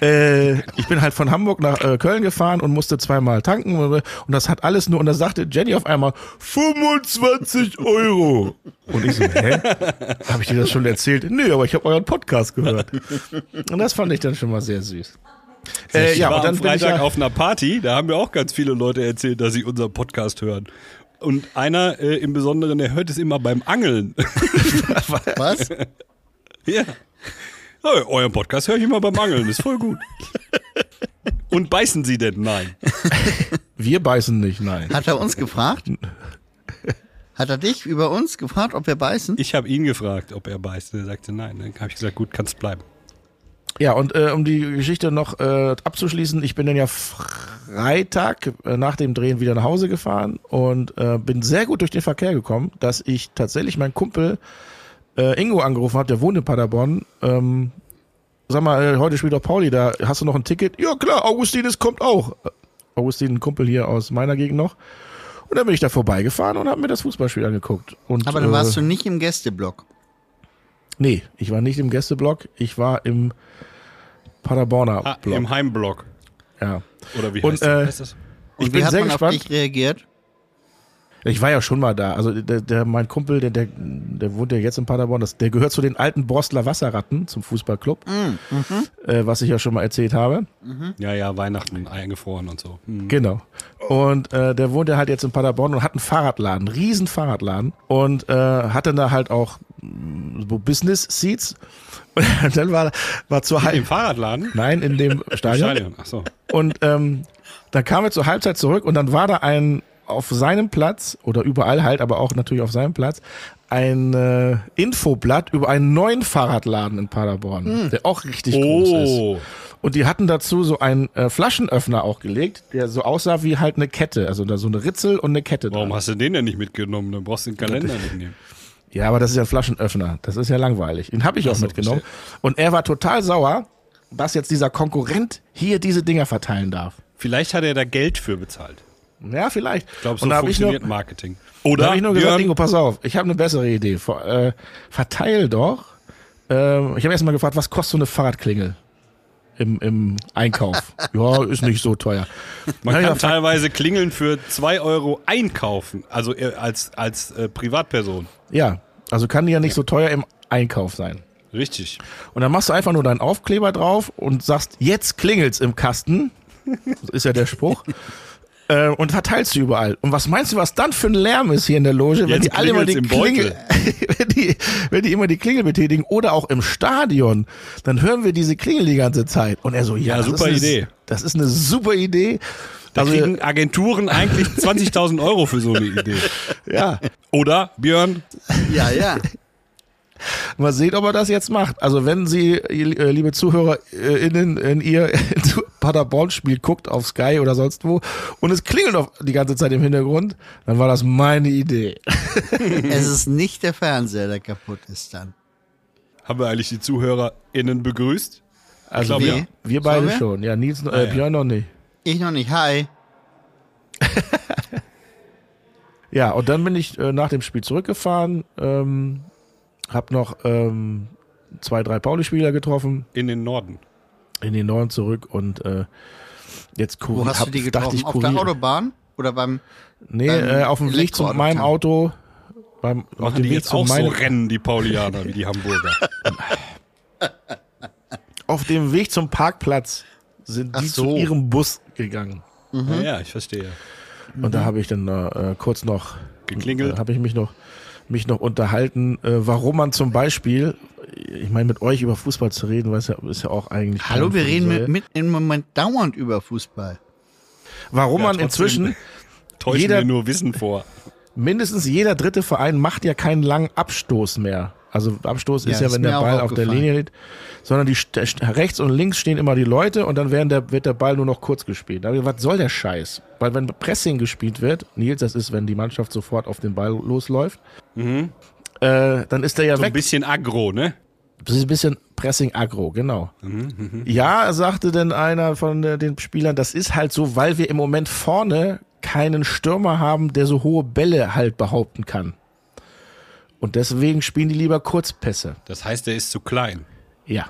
[SPEAKER 3] Äh, ich bin halt von Hamburg nach äh, Köln gefahren und musste zweimal tanken und das hat alles nur, und da sagte Jenny auf einmal 25 Euro. Und ich so, hä? Habe ich dir das schon erzählt? Nö, aber ich habe euren Podcast gehört. Und das fand ich dann schon mal sehr süß. Äh,
[SPEAKER 2] ich
[SPEAKER 3] ja,
[SPEAKER 2] war
[SPEAKER 3] und dann
[SPEAKER 2] am
[SPEAKER 3] bin ich
[SPEAKER 2] Freitag
[SPEAKER 3] ja,
[SPEAKER 2] auf einer Party, da haben mir auch ganz viele Leute erzählt, dass sie unseren Podcast hören. Und einer äh, im Besonderen, der hört es immer beim Angeln.
[SPEAKER 4] Was?
[SPEAKER 2] *laughs* ja. Hey, euren Podcast höre ich immer beim Angeln, ist
[SPEAKER 3] *laughs*
[SPEAKER 2] voll gut. Und beißen Sie denn? Nein.
[SPEAKER 3] Wir beißen nicht, nein.
[SPEAKER 4] Hat er uns gefragt? *laughs* Hat er dich über uns gefragt, ob wir beißen?
[SPEAKER 2] Ich habe ihn gefragt, ob er beißt. Er sagte nein. Dann habe ich gesagt, gut, kannst bleiben.
[SPEAKER 3] Ja, und äh, um die Geschichte noch äh, abzuschließen, ich bin dann ja Freitag äh, nach dem Drehen wieder nach Hause gefahren und äh, bin sehr gut durch den Verkehr gekommen, dass ich tatsächlich meinen Kumpel äh, Ingo angerufen habe, der wohnt in Paderborn. Ähm, sag mal, äh, heute spielt doch Pauli da. Hast du noch ein Ticket? Ja, klar, Augustin, es kommt auch. Äh, Augustin, ein Kumpel hier aus meiner Gegend noch. Und dann bin ich da vorbeigefahren und habe mir das Fußballspiel angeguckt. Und,
[SPEAKER 4] Aber dann warst
[SPEAKER 3] äh,
[SPEAKER 4] du nicht im Gästeblock.
[SPEAKER 3] Nee, ich war nicht im Gästeblock, ich war im Paderborner
[SPEAKER 2] Ah,
[SPEAKER 3] Block.
[SPEAKER 2] Im Heimblock.
[SPEAKER 3] ja.
[SPEAKER 2] Oder wie
[SPEAKER 3] Und,
[SPEAKER 2] heißt, das?
[SPEAKER 3] äh,
[SPEAKER 2] heißt das?
[SPEAKER 3] Ich
[SPEAKER 4] Und wie
[SPEAKER 3] bin
[SPEAKER 4] hat
[SPEAKER 3] sehr
[SPEAKER 4] man auf
[SPEAKER 3] gespannt.
[SPEAKER 4] dich reagiert?
[SPEAKER 3] Ich war ja schon mal da. Also der, der mein Kumpel, der, der, der wohnt ja jetzt in Paderborn, das, der gehört zu den alten Borstler Wasserratten zum Fußballclub, äh, was ich ja schon mal erzählt habe.
[SPEAKER 2] Hm? Ja, ja, Weihnachten eingefroren und so. Hm.
[SPEAKER 3] Genau. Und äh, der wohnt ja halt jetzt in Paderborn und hat einen Fahrradladen, einen riesen Fahrradladen und äh, hat dann da halt auch mh, so Business Seats. *laughs* Und dann war, war zur
[SPEAKER 2] Im
[SPEAKER 3] Halb.
[SPEAKER 2] Fahrradladen?
[SPEAKER 3] Nein, in *laughs* dem Stadion.
[SPEAKER 2] Stadion. Ach so.
[SPEAKER 3] Und ähm, dann kam er zur Halbzeit zurück und dann war da ein auf seinem Platz oder überall halt, aber auch natürlich auf seinem Platz ein äh, Infoblatt über einen neuen Fahrradladen in Paderborn, der auch richtig groß ist.
[SPEAKER 2] Hm. Oh.
[SPEAKER 3] Und die hatten dazu so einen äh, Flaschenöffner auch gelegt, der so aussah wie halt eine Kette, also da so eine Ritzel und eine Kette.
[SPEAKER 2] Warum
[SPEAKER 3] dran.
[SPEAKER 2] hast du den denn nicht mitgenommen? Dann brauchst du den Kalender nicht nehmen.
[SPEAKER 3] Ja, aber das ist ja ein Flaschenöffner. Das ist ja langweilig. Den habe ich auch
[SPEAKER 2] so,
[SPEAKER 3] mitgenommen. Und er war total sauer, dass jetzt dieser Konkurrent hier diese Dinger verteilen darf.
[SPEAKER 2] Vielleicht hat er da Geld für bezahlt.
[SPEAKER 3] Ja, vielleicht.
[SPEAKER 2] Ich glaube, so
[SPEAKER 3] Und da hab ich nur-
[SPEAKER 2] funktioniert Marketing.
[SPEAKER 3] Da
[SPEAKER 2] Oder?
[SPEAKER 3] habe ich nur
[SPEAKER 2] Björn?
[SPEAKER 3] gesagt, Ingo, pass auf, ich habe eine bessere Idee. Ver, äh, verteil doch. Ähm, ich habe erstmal gefragt, was kostet so eine Fahrradklingel im, im
[SPEAKER 2] *laughs*
[SPEAKER 3] Einkauf? ja, ist nicht so teuer.
[SPEAKER 2] Man
[SPEAKER 3] Dann hab
[SPEAKER 2] kann
[SPEAKER 3] ich gefragt,
[SPEAKER 2] teilweise Klingeln für 2 Euro einkaufen, also äh, als, als äh, Privatperson.
[SPEAKER 3] ja, also kann die ja nicht so teuer im Einkauf sein.
[SPEAKER 2] Richtig.
[SPEAKER 3] Und dann machst du einfach nur deinen Aufkleber drauf und sagst, jetzt klingelt's im Kasten. Das ist ja der
[SPEAKER 2] *laughs*
[SPEAKER 3] Spruch. Äh, Und verteilst du überall. Und was meinst du, was dann für ein Lärm ist hier in der Loge, wenn
[SPEAKER 2] Jetzt
[SPEAKER 3] die alle immer die
[SPEAKER 2] klingelt's im Beutel.
[SPEAKER 3] Klingel, *laughs* wenn die, wenn die immer die Klingel betätigen oder auch im Stadion, dann hören wir diese Klingel die ganze Zeit. Und er so, ja,
[SPEAKER 2] Ja,
[SPEAKER 3] das
[SPEAKER 2] super
[SPEAKER 3] ist eine,
[SPEAKER 2] Idee.
[SPEAKER 3] Das ist eine super Idee.
[SPEAKER 2] Da
[SPEAKER 3] Also,
[SPEAKER 2] kriegen Agenturen eigentlich
[SPEAKER 3] *laughs*
[SPEAKER 2] 20.000 Euro für so eine Idee.
[SPEAKER 3] ja,
[SPEAKER 2] Oder, Björn?
[SPEAKER 4] Ja, ja.
[SPEAKER 3] mal sehen, ob er das jetzt macht. Also, wenn Sie, äh, liebe ZuhörerInnen, in Ihr *laughs* Paderborn-Spiel guckt auf Sky oder sonst wo und es klingelt auf die ganze Zeit im Hintergrund, dann war das meine Idee.
[SPEAKER 4] es ist nicht der Fernseher, der kaputt ist dann.
[SPEAKER 2] Haben wir eigentlich die ZuhörerInnen begrüßt?
[SPEAKER 3] Also,
[SPEAKER 2] glaub,
[SPEAKER 3] wir,
[SPEAKER 4] ja.
[SPEAKER 3] wir beide
[SPEAKER 4] Sollen wir? Ah,
[SPEAKER 3] schon. Ja, Nils, äh,
[SPEAKER 2] ja.
[SPEAKER 3] Björn noch nicht.
[SPEAKER 4] Ich noch nicht. Hi.
[SPEAKER 3] Ja, und dann bin ich äh, nach dem Spiel zurückgefahren, ähm, hab noch ähm, zwei, drei Pauli-Spieler getroffen,
[SPEAKER 2] In den Norden.
[SPEAKER 3] in den Norden zurück und äh, jetzt Kuri-
[SPEAKER 4] Wo hast
[SPEAKER 3] hab-
[SPEAKER 4] du die
[SPEAKER 3] dachte
[SPEAKER 4] getroffen?
[SPEAKER 3] ich
[SPEAKER 4] Auf der
[SPEAKER 3] Kurier-
[SPEAKER 4] Autobahn? Oder beim.
[SPEAKER 3] Nee,
[SPEAKER 4] beim
[SPEAKER 3] äh, auf dem Weg zu
[SPEAKER 4] Elektroauto
[SPEAKER 3] meinem
[SPEAKER 4] kann.
[SPEAKER 3] Auto. Beim, auf
[SPEAKER 2] Machen
[SPEAKER 3] dem
[SPEAKER 2] die
[SPEAKER 3] Weg
[SPEAKER 2] jetzt
[SPEAKER 3] zu
[SPEAKER 2] auch so
[SPEAKER 3] meinem
[SPEAKER 2] Rennen, die Paulianer, wie
[SPEAKER 3] *laughs*
[SPEAKER 2] die Hamburger.
[SPEAKER 3] auf dem Weg zum Parkplatz sind die
[SPEAKER 4] Ach so.
[SPEAKER 3] zu ihrem Bus gegangen.
[SPEAKER 2] Ja, Ja, ich verstehe.
[SPEAKER 3] Und
[SPEAKER 4] Mhm.
[SPEAKER 3] da habe ich dann äh, kurz noch
[SPEAKER 2] Geklingelt.
[SPEAKER 3] Äh, habe ich mich noch mich noch unterhalten, äh, warum man zum Beispiel, ich meine, mit euch über Fußball zu reden, weiß ja, ist ja auch eigentlich.
[SPEAKER 4] Hallo,
[SPEAKER 3] kein
[SPEAKER 4] wir reden
[SPEAKER 3] Fußball.
[SPEAKER 4] mit, mit im Moment dauernd über Fußball.
[SPEAKER 3] Warum
[SPEAKER 2] Ja,
[SPEAKER 3] man
[SPEAKER 2] trotzdem.
[SPEAKER 3] inzwischen
[SPEAKER 2] Täuschen
[SPEAKER 3] jeder-
[SPEAKER 2] wir nur Wissen vor.
[SPEAKER 3] mindestens jeder dritte Verein macht ja keinen langen Abstoß mehr. Also Abstoß
[SPEAKER 4] Ja,
[SPEAKER 3] ist ja,
[SPEAKER 4] ist
[SPEAKER 3] wenn
[SPEAKER 4] mir
[SPEAKER 3] der
[SPEAKER 4] auch
[SPEAKER 3] Ball auf der
[SPEAKER 4] aufgefallen.
[SPEAKER 3] Linie liegt, sondern die st- st- rechts und links stehen immer die Leute und dann werden der, wird der Ball nur noch kurz gespielt. Da hab ich gedacht, was soll der Scheiß? Weil wenn Pressing gespielt wird, Nils, das ist, wenn die Mannschaft sofort auf den Ball losläuft, äh, dann ist der ja
[SPEAKER 2] So ein
[SPEAKER 3] weg.
[SPEAKER 2] bisschen aggro, ne?
[SPEAKER 3] Das ist ein bisschen Pressing Agro, genau.
[SPEAKER 2] Mhm,
[SPEAKER 3] Ja, sagte denn einer von äh, den Spielern, das ist halt so, weil wir im Moment vorne keinen Stürmer haben, der so hohe Bälle halt behaupten kann. Und deswegen spielen die lieber Kurzpässe.
[SPEAKER 2] Das heißt, er ist zu klein.
[SPEAKER 3] Ja.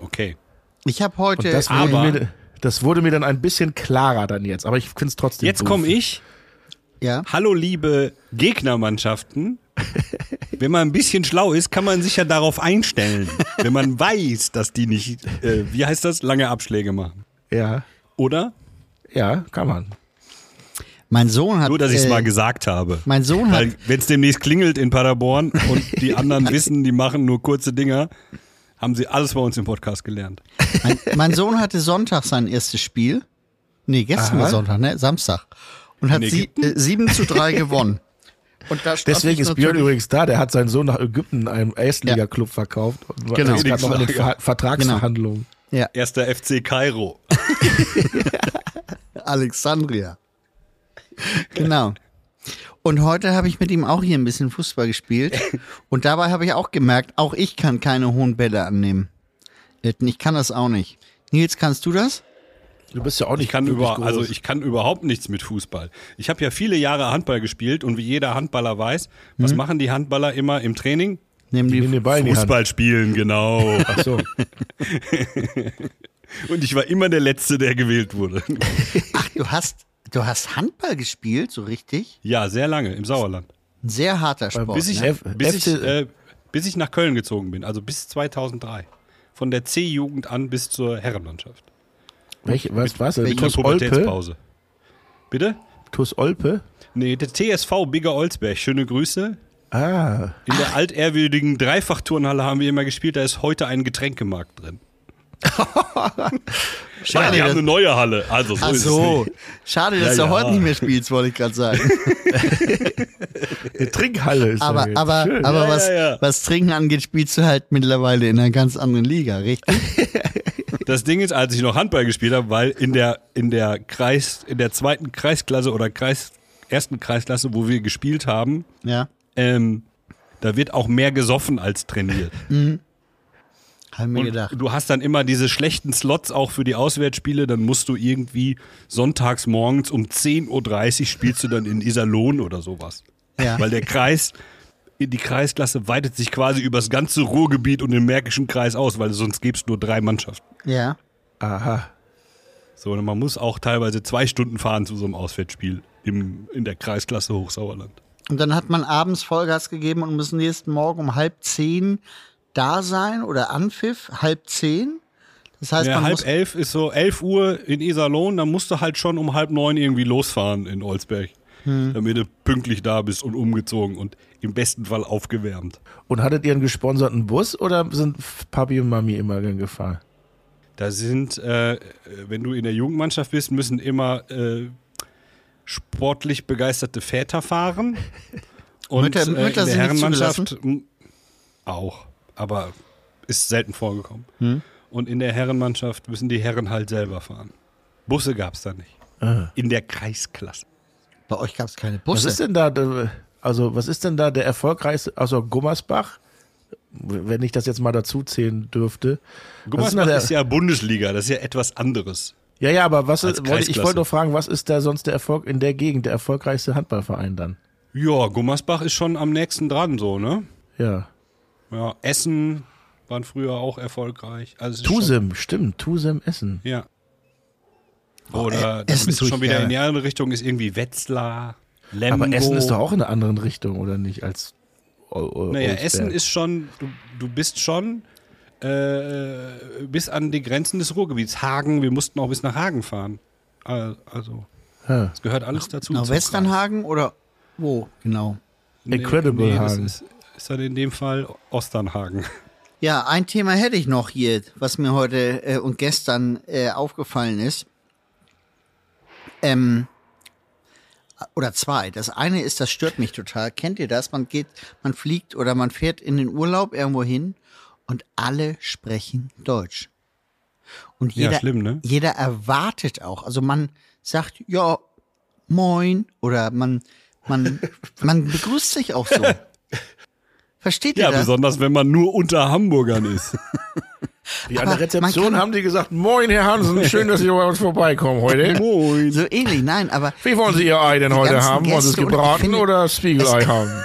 [SPEAKER 2] Okay.
[SPEAKER 4] Ich habe
[SPEAKER 3] Und
[SPEAKER 4] heute.
[SPEAKER 3] das, wurde
[SPEAKER 2] aber-
[SPEAKER 3] mir, das wurde mir dann ein bisschen klarer dann jetzt, aber ich finde es trotzdem.
[SPEAKER 2] Jetzt
[SPEAKER 3] doof.
[SPEAKER 2] komme ich.
[SPEAKER 4] ja.
[SPEAKER 2] Hallo, liebe
[SPEAKER 4] *laughs*
[SPEAKER 2] Gegnermannschaften. Wenn man ein bisschen schlau ist, kann man sich ja darauf einstellen. Wenn man weiß, dass die nicht, äh, wie heißt das, lange Abschläge machen.
[SPEAKER 3] Ja,
[SPEAKER 2] Oder?
[SPEAKER 3] ja, kann man.
[SPEAKER 4] Mein Sohn hat.
[SPEAKER 2] Nur, dass ich es
[SPEAKER 4] äh,
[SPEAKER 2] mal gesagt habe.
[SPEAKER 4] mein Sohn hat. *laughs*
[SPEAKER 2] Weil, wenn es demnächst klingelt in Paderborn und die anderen wissen, die machen nur kurze Dinger, Haben sie alles bei uns im Podcast gelernt.
[SPEAKER 4] Mein, mein Sohn hatte Sonntag sein erstes Spiel. Nee, gestern war
[SPEAKER 3] Aha.
[SPEAKER 4] Sonntag, ne? Samstag. Und hat
[SPEAKER 2] In
[SPEAKER 4] sie,
[SPEAKER 2] Ägypten?
[SPEAKER 4] äh, 7 zu
[SPEAKER 3] *laughs*
[SPEAKER 4] 3 gewonnen. Und da stand
[SPEAKER 3] Deswegen
[SPEAKER 4] ich
[SPEAKER 3] ist Björn
[SPEAKER 4] natürlich-
[SPEAKER 3] übrigens da. Der hat seinen Sohn nach Ägypten einem Erstliga-Club verkauft. Und
[SPEAKER 4] Genau.
[SPEAKER 3] Ist gerade noch in den Ver Vertragsverhandlungen.
[SPEAKER 2] Genau.
[SPEAKER 4] Ja,
[SPEAKER 2] Erster FC Kairo.
[SPEAKER 4] Alexandria. Genau. Und heute habe ich mit ihm auch hier ein bisschen
[SPEAKER 3] *laughs*
[SPEAKER 4] Fußball gespielt. Und dabei habe ich auch gemerkt, auch ich kann keine hohen Bälle annehmen. Ich kann das auch nicht. Nils, kannst du das?
[SPEAKER 3] Du bist ja auch nicht
[SPEAKER 2] Ich kann,
[SPEAKER 3] wirklich
[SPEAKER 2] über,
[SPEAKER 3] groß.
[SPEAKER 2] also ich kann überhaupt nichts mit Fußball. Ich habe ja viele Jahre Handball gespielt und wie jeder Handballer weiß, was machen die Handballer immer im Training?
[SPEAKER 4] Nimm
[SPEAKER 3] Nimm
[SPEAKER 4] die
[SPEAKER 3] den Ball Mhm. in die Hand.
[SPEAKER 2] Fußball spielen, genau. *laughs*
[SPEAKER 3] Ach so.
[SPEAKER 2] und ich war immer der Letzte, der gewählt wurde. *laughs*
[SPEAKER 4] Ach, du hast, du hast Handball gespielt, so richtig?
[SPEAKER 2] Ja, sehr lange im Sauerland.
[SPEAKER 4] Ein sehr harter Sport.
[SPEAKER 2] Bis ich,
[SPEAKER 4] ne?
[SPEAKER 3] F-
[SPEAKER 2] bis ich,
[SPEAKER 3] FC
[SPEAKER 2] äh, bis ich nach Köln gezogen bin, also bis 2003. Von der C-Jugend an bis zur Herrenmannschaft.
[SPEAKER 3] Welche, was, was?
[SPEAKER 4] welcher
[SPEAKER 3] Tuss Olpe?
[SPEAKER 2] Bitte?
[SPEAKER 3] Tuss Olpe?
[SPEAKER 2] Nee, der TSV Bigger Olsberg. Schöne Grüße.
[SPEAKER 3] Ah,
[SPEAKER 2] In der altehrwürdigen Dreifachturnhalle haben wir immer gespielt. Da ist heute ein Getränkemarkt drin. Weil die haben eine
[SPEAKER 4] dass-
[SPEAKER 2] neue Halle. Also so
[SPEAKER 4] Ah, Ach
[SPEAKER 2] ist
[SPEAKER 4] so.
[SPEAKER 2] es nicht.
[SPEAKER 4] Schade, dass
[SPEAKER 2] Ja,
[SPEAKER 4] du
[SPEAKER 2] ja.
[SPEAKER 4] heute nicht mehr spielst, wollte ich
[SPEAKER 2] *laughs*
[SPEAKER 4] gerade sagen.
[SPEAKER 3] eine Trinkhalle ist
[SPEAKER 4] Aber,
[SPEAKER 3] das jetzt.
[SPEAKER 4] aber,
[SPEAKER 3] Schön.
[SPEAKER 4] aber
[SPEAKER 2] Ja,
[SPEAKER 4] was,
[SPEAKER 2] ja, ja.
[SPEAKER 4] was Trinken angeht, spielst du halt mittlerweile in einer ganz anderen
[SPEAKER 2] *laughs*
[SPEAKER 4] Liga, richtig?
[SPEAKER 2] Das Ding ist, als ich noch Handball gespielt habe, weil in der, in der Kreis, in der zweiten Kreisklasse oder Kreis, ersten Kreisklasse, wo wir gespielt haben,
[SPEAKER 4] Ja.
[SPEAKER 2] ähm, da wird auch mehr gesoffen als trainiert.
[SPEAKER 4] Haben wir
[SPEAKER 2] Und
[SPEAKER 4] gedacht.
[SPEAKER 2] du hast dann immer diese schlechten Slots auch für die Auswärtsspiele, dann musst du irgendwie sonntags morgens um 10.30 Uhr spielst du dann in Iserlohn oder sowas.
[SPEAKER 4] Ja.
[SPEAKER 2] Weil der Kreis, die Kreisklasse weitet sich quasi übers ganze Ruhrgebiet und den Märkischen Kreis aus, weil sonst gäbe es nur drei Mannschaften.
[SPEAKER 4] Ja.
[SPEAKER 3] Aha.
[SPEAKER 2] So, und man muss auch teilweise zwei Stunden fahren zu so einem Auswärtsspiel im, in der Kreisklasse Hochsauerland.
[SPEAKER 4] Und dann hat man abends Vollgas gegeben und muss nächsten Morgen um halb zehn da sein oder Anpfiff, halb zehn. Das heißt,
[SPEAKER 2] Ja,
[SPEAKER 4] man
[SPEAKER 2] halb
[SPEAKER 4] muss,
[SPEAKER 2] elf ist so elf Uhr in Iserlohn, dann musst du halt schon um halb neun irgendwie losfahren in Olsberg,
[SPEAKER 4] Hm.
[SPEAKER 2] damit du pünktlich da bist und umgezogen und im besten Fall aufgewärmt.
[SPEAKER 3] Und hattet ihr einen gesponserten Bus oder sind Papi und Mami immer gern gefahren?
[SPEAKER 2] Da sind, äh, wenn du in der Jugendmannschaft bist, müssen immer äh, sportlich begeisterte Väter fahren. Und
[SPEAKER 4] *laughs* Mütter-
[SPEAKER 2] äh,
[SPEAKER 4] Mütter
[SPEAKER 2] in der
[SPEAKER 4] sind nicht
[SPEAKER 2] Herrenmannschaft m- auch, aber ist selten vorgekommen.
[SPEAKER 4] Hm.
[SPEAKER 2] Und in der Herrenmannschaft müssen die Herren halt selber fahren. Busse gab es da nicht.
[SPEAKER 4] Ah.
[SPEAKER 2] In der Kreisklasse.
[SPEAKER 4] bei euch gab es keine
[SPEAKER 3] Was
[SPEAKER 4] Busse.
[SPEAKER 3] ist denn da, der- also was ist denn da der erfolgreichste, also Gummersbach, wenn ich das jetzt mal dazu zählen dürfte. Was
[SPEAKER 2] Gummersbach
[SPEAKER 3] denn da
[SPEAKER 2] ist ja Bundesliga, das ist ja etwas anderes.
[SPEAKER 3] Ja, ja, aber was ist,
[SPEAKER 2] Als
[SPEAKER 3] wollte, ich
[SPEAKER 2] Kreisklasse.
[SPEAKER 3] wollte nur fragen, was ist da sonst der Erfolg in der Gegend, der erfolgreichste Handballverein dann?
[SPEAKER 2] Ja, Gummersbach ist schon am nächsten dran, so, ne?
[SPEAKER 3] Ja.
[SPEAKER 2] Ja, Essen waren früher auch erfolgreich. Also es ist schon-
[SPEAKER 3] Tusem, stimmt, Tusem Essen.
[SPEAKER 2] Ja. Oder
[SPEAKER 4] Ä-
[SPEAKER 2] dann
[SPEAKER 4] Essen
[SPEAKER 2] bist du
[SPEAKER 4] tue
[SPEAKER 2] schon
[SPEAKER 4] ich
[SPEAKER 2] wieder
[SPEAKER 4] gerne.
[SPEAKER 2] in die andere Richtung, ist irgendwie Wetzlar, Lemgo.
[SPEAKER 3] Aber Essen ist doch auch in einer anderen Richtung, oder nicht? Als O- O-
[SPEAKER 2] Naja,
[SPEAKER 3] Olsberg.
[SPEAKER 2] Essen ist schon, du, du bist schon äh, bis an die Grenzen des Ruhrgebiets. Hagen, wir mussten auch bis nach Hagen fahren. Al- Also,
[SPEAKER 3] Ha.
[SPEAKER 2] es gehört alles dazu.
[SPEAKER 4] Nach
[SPEAKER 2] zum Kreis.
[SPEAKER 4] Westernhagen oder wo? Genau.
[SPEAKER 2] Nee,
[SPEAKER 3] Incredible
[SPEAKER 2] das
[SPEAKER 3] Hagen.
[SPEAKER 2] Ist, ist dann in dem Fall Osternhagen. *laughs*
[SPEAKER 4] Ja, ein Thema hätte ich noch hier, was mir heute äh, und gestern äh, aufgefallen ist. Ähm, oder zwei. Das eine ist, das stört mich total. Kennt ihr das? Man geht, man fliegt oder man fährt in den Urlaub irgendwo hin und alle sprechen Deutsch. Und
[SPEAKER 2] Ja,
[SPEAKER 4] jeder,
[SPEAKER 2] schlimm, ne?
[SPEAKER 4] jeder erwartet auch. Also man sagt, ja, moin oder man,
[SPEAKER 2] *laughs*
[SPEAKER 4] man, man begrüßt sich auch so. Versteht ihr
[SPEAKER 2] Ja,
[SPEAKER 4] das?
[SPEAKER 2] besonders wenn man nur unter Hamburgern ist.
[SPEAKER 3] Die an der
[SPEAKER 4] Aber man
[SPEAKER 3] Rezeption
[SPEAKER 4] kann-
[SPEAKER 3] haben die gesagt, moin Herr
[SPEAKER 4] *laughs*
[SPEAKER 3] Hansen, schön, dass Sie bei uns vorbeikommen heute.
[SPEAKER 2] Moin.
[SPEAKER 4] So ähnlich, nein, aber
[SPEAKER 3] Wie wollen Sie Ihr Ei denn heute
[SPEAKER 4] ganzen
[SPEAKER 3] haben? Wollen Sie es
[SPEAKER 4] Gäste und ich
[SPEAKER 3] gebraten
[SPEAKER 4] finde-
[SPEAKER 3] oder Spiegelei haben?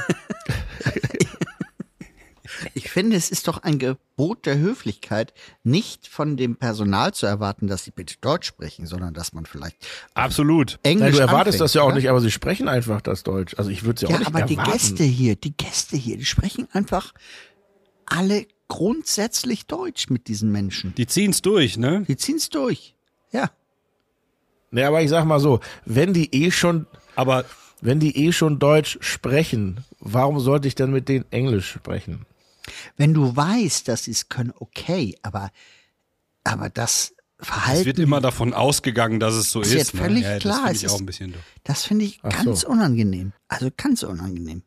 [SPEAKER 4] ich finde, es ist doch ein Gebot der Höflichkeit, nicht von dem Personal zu erwarten, dass sie bitte Deutsch sprechen, sondern dass man vielleicht
[SPEAKER 2] Absolut.
[SPEAKER 4] Englisch
[SPEAKER 3] Nein, du erwartest
[SPEAKER 4] anfängt,
[SPEAKER 3] das ja auch
[SPEAKER 4] oder?
[SPEAKER 3] nicht, aber sie sprechen einfach das Deutsch. Also ich würde es ja auch
[SPEAKER 4] ne? Ja,
[SPEAKER 3] nicht
[SPEAKER 4] aber die
[SPEAKER 3] erwarten.
[SPEAKER 4] Gäste hier, die Gäste hier, die sprechen einfach alle grundsätzlich Deutsch mit diesen Menschen.
[SPEAKER 2] Die ziehen's durch, ne?
[SPEAKER 4] Die ziehen's durch. Ja.
[SPEAKER 3] Nee, aber ich sag mal so, wenn die eh schon,
[SPEAKER 2] Aber
[SPEAKER 3] wenn die eh schon Deutsch sprechen, warum sollte ich dann mit denen Englisch sprechen?
[SPEAKER 4] Wenn du weißt, dass sie es können, okay, aber, aber das Verhalten,
[SPEAKER 2] Es wird immer davon ausgegangen, dass es so
[SPEAKER 4] Ist
[SPEAKER 2] ist.
[SPEAKER 4] jetzt völlig
[SPEAKER 2] ne? ja,
[SPEAKER 4] klar,
[SPEAKER 2] Das find
[SPEAKER 4] es
[SPEAKER 2] ich
[SPEAKER 4] ist-
[SPEAKER 2] auch ein bisschen doof.
[SPEAKER 4] das finde ich
[SPEAKER 3] Ach
[SPEAKER 4] ganz
[SPEAKER 3] so.
[SPEAKER 4] unangenehm. Also ganz unangenehm.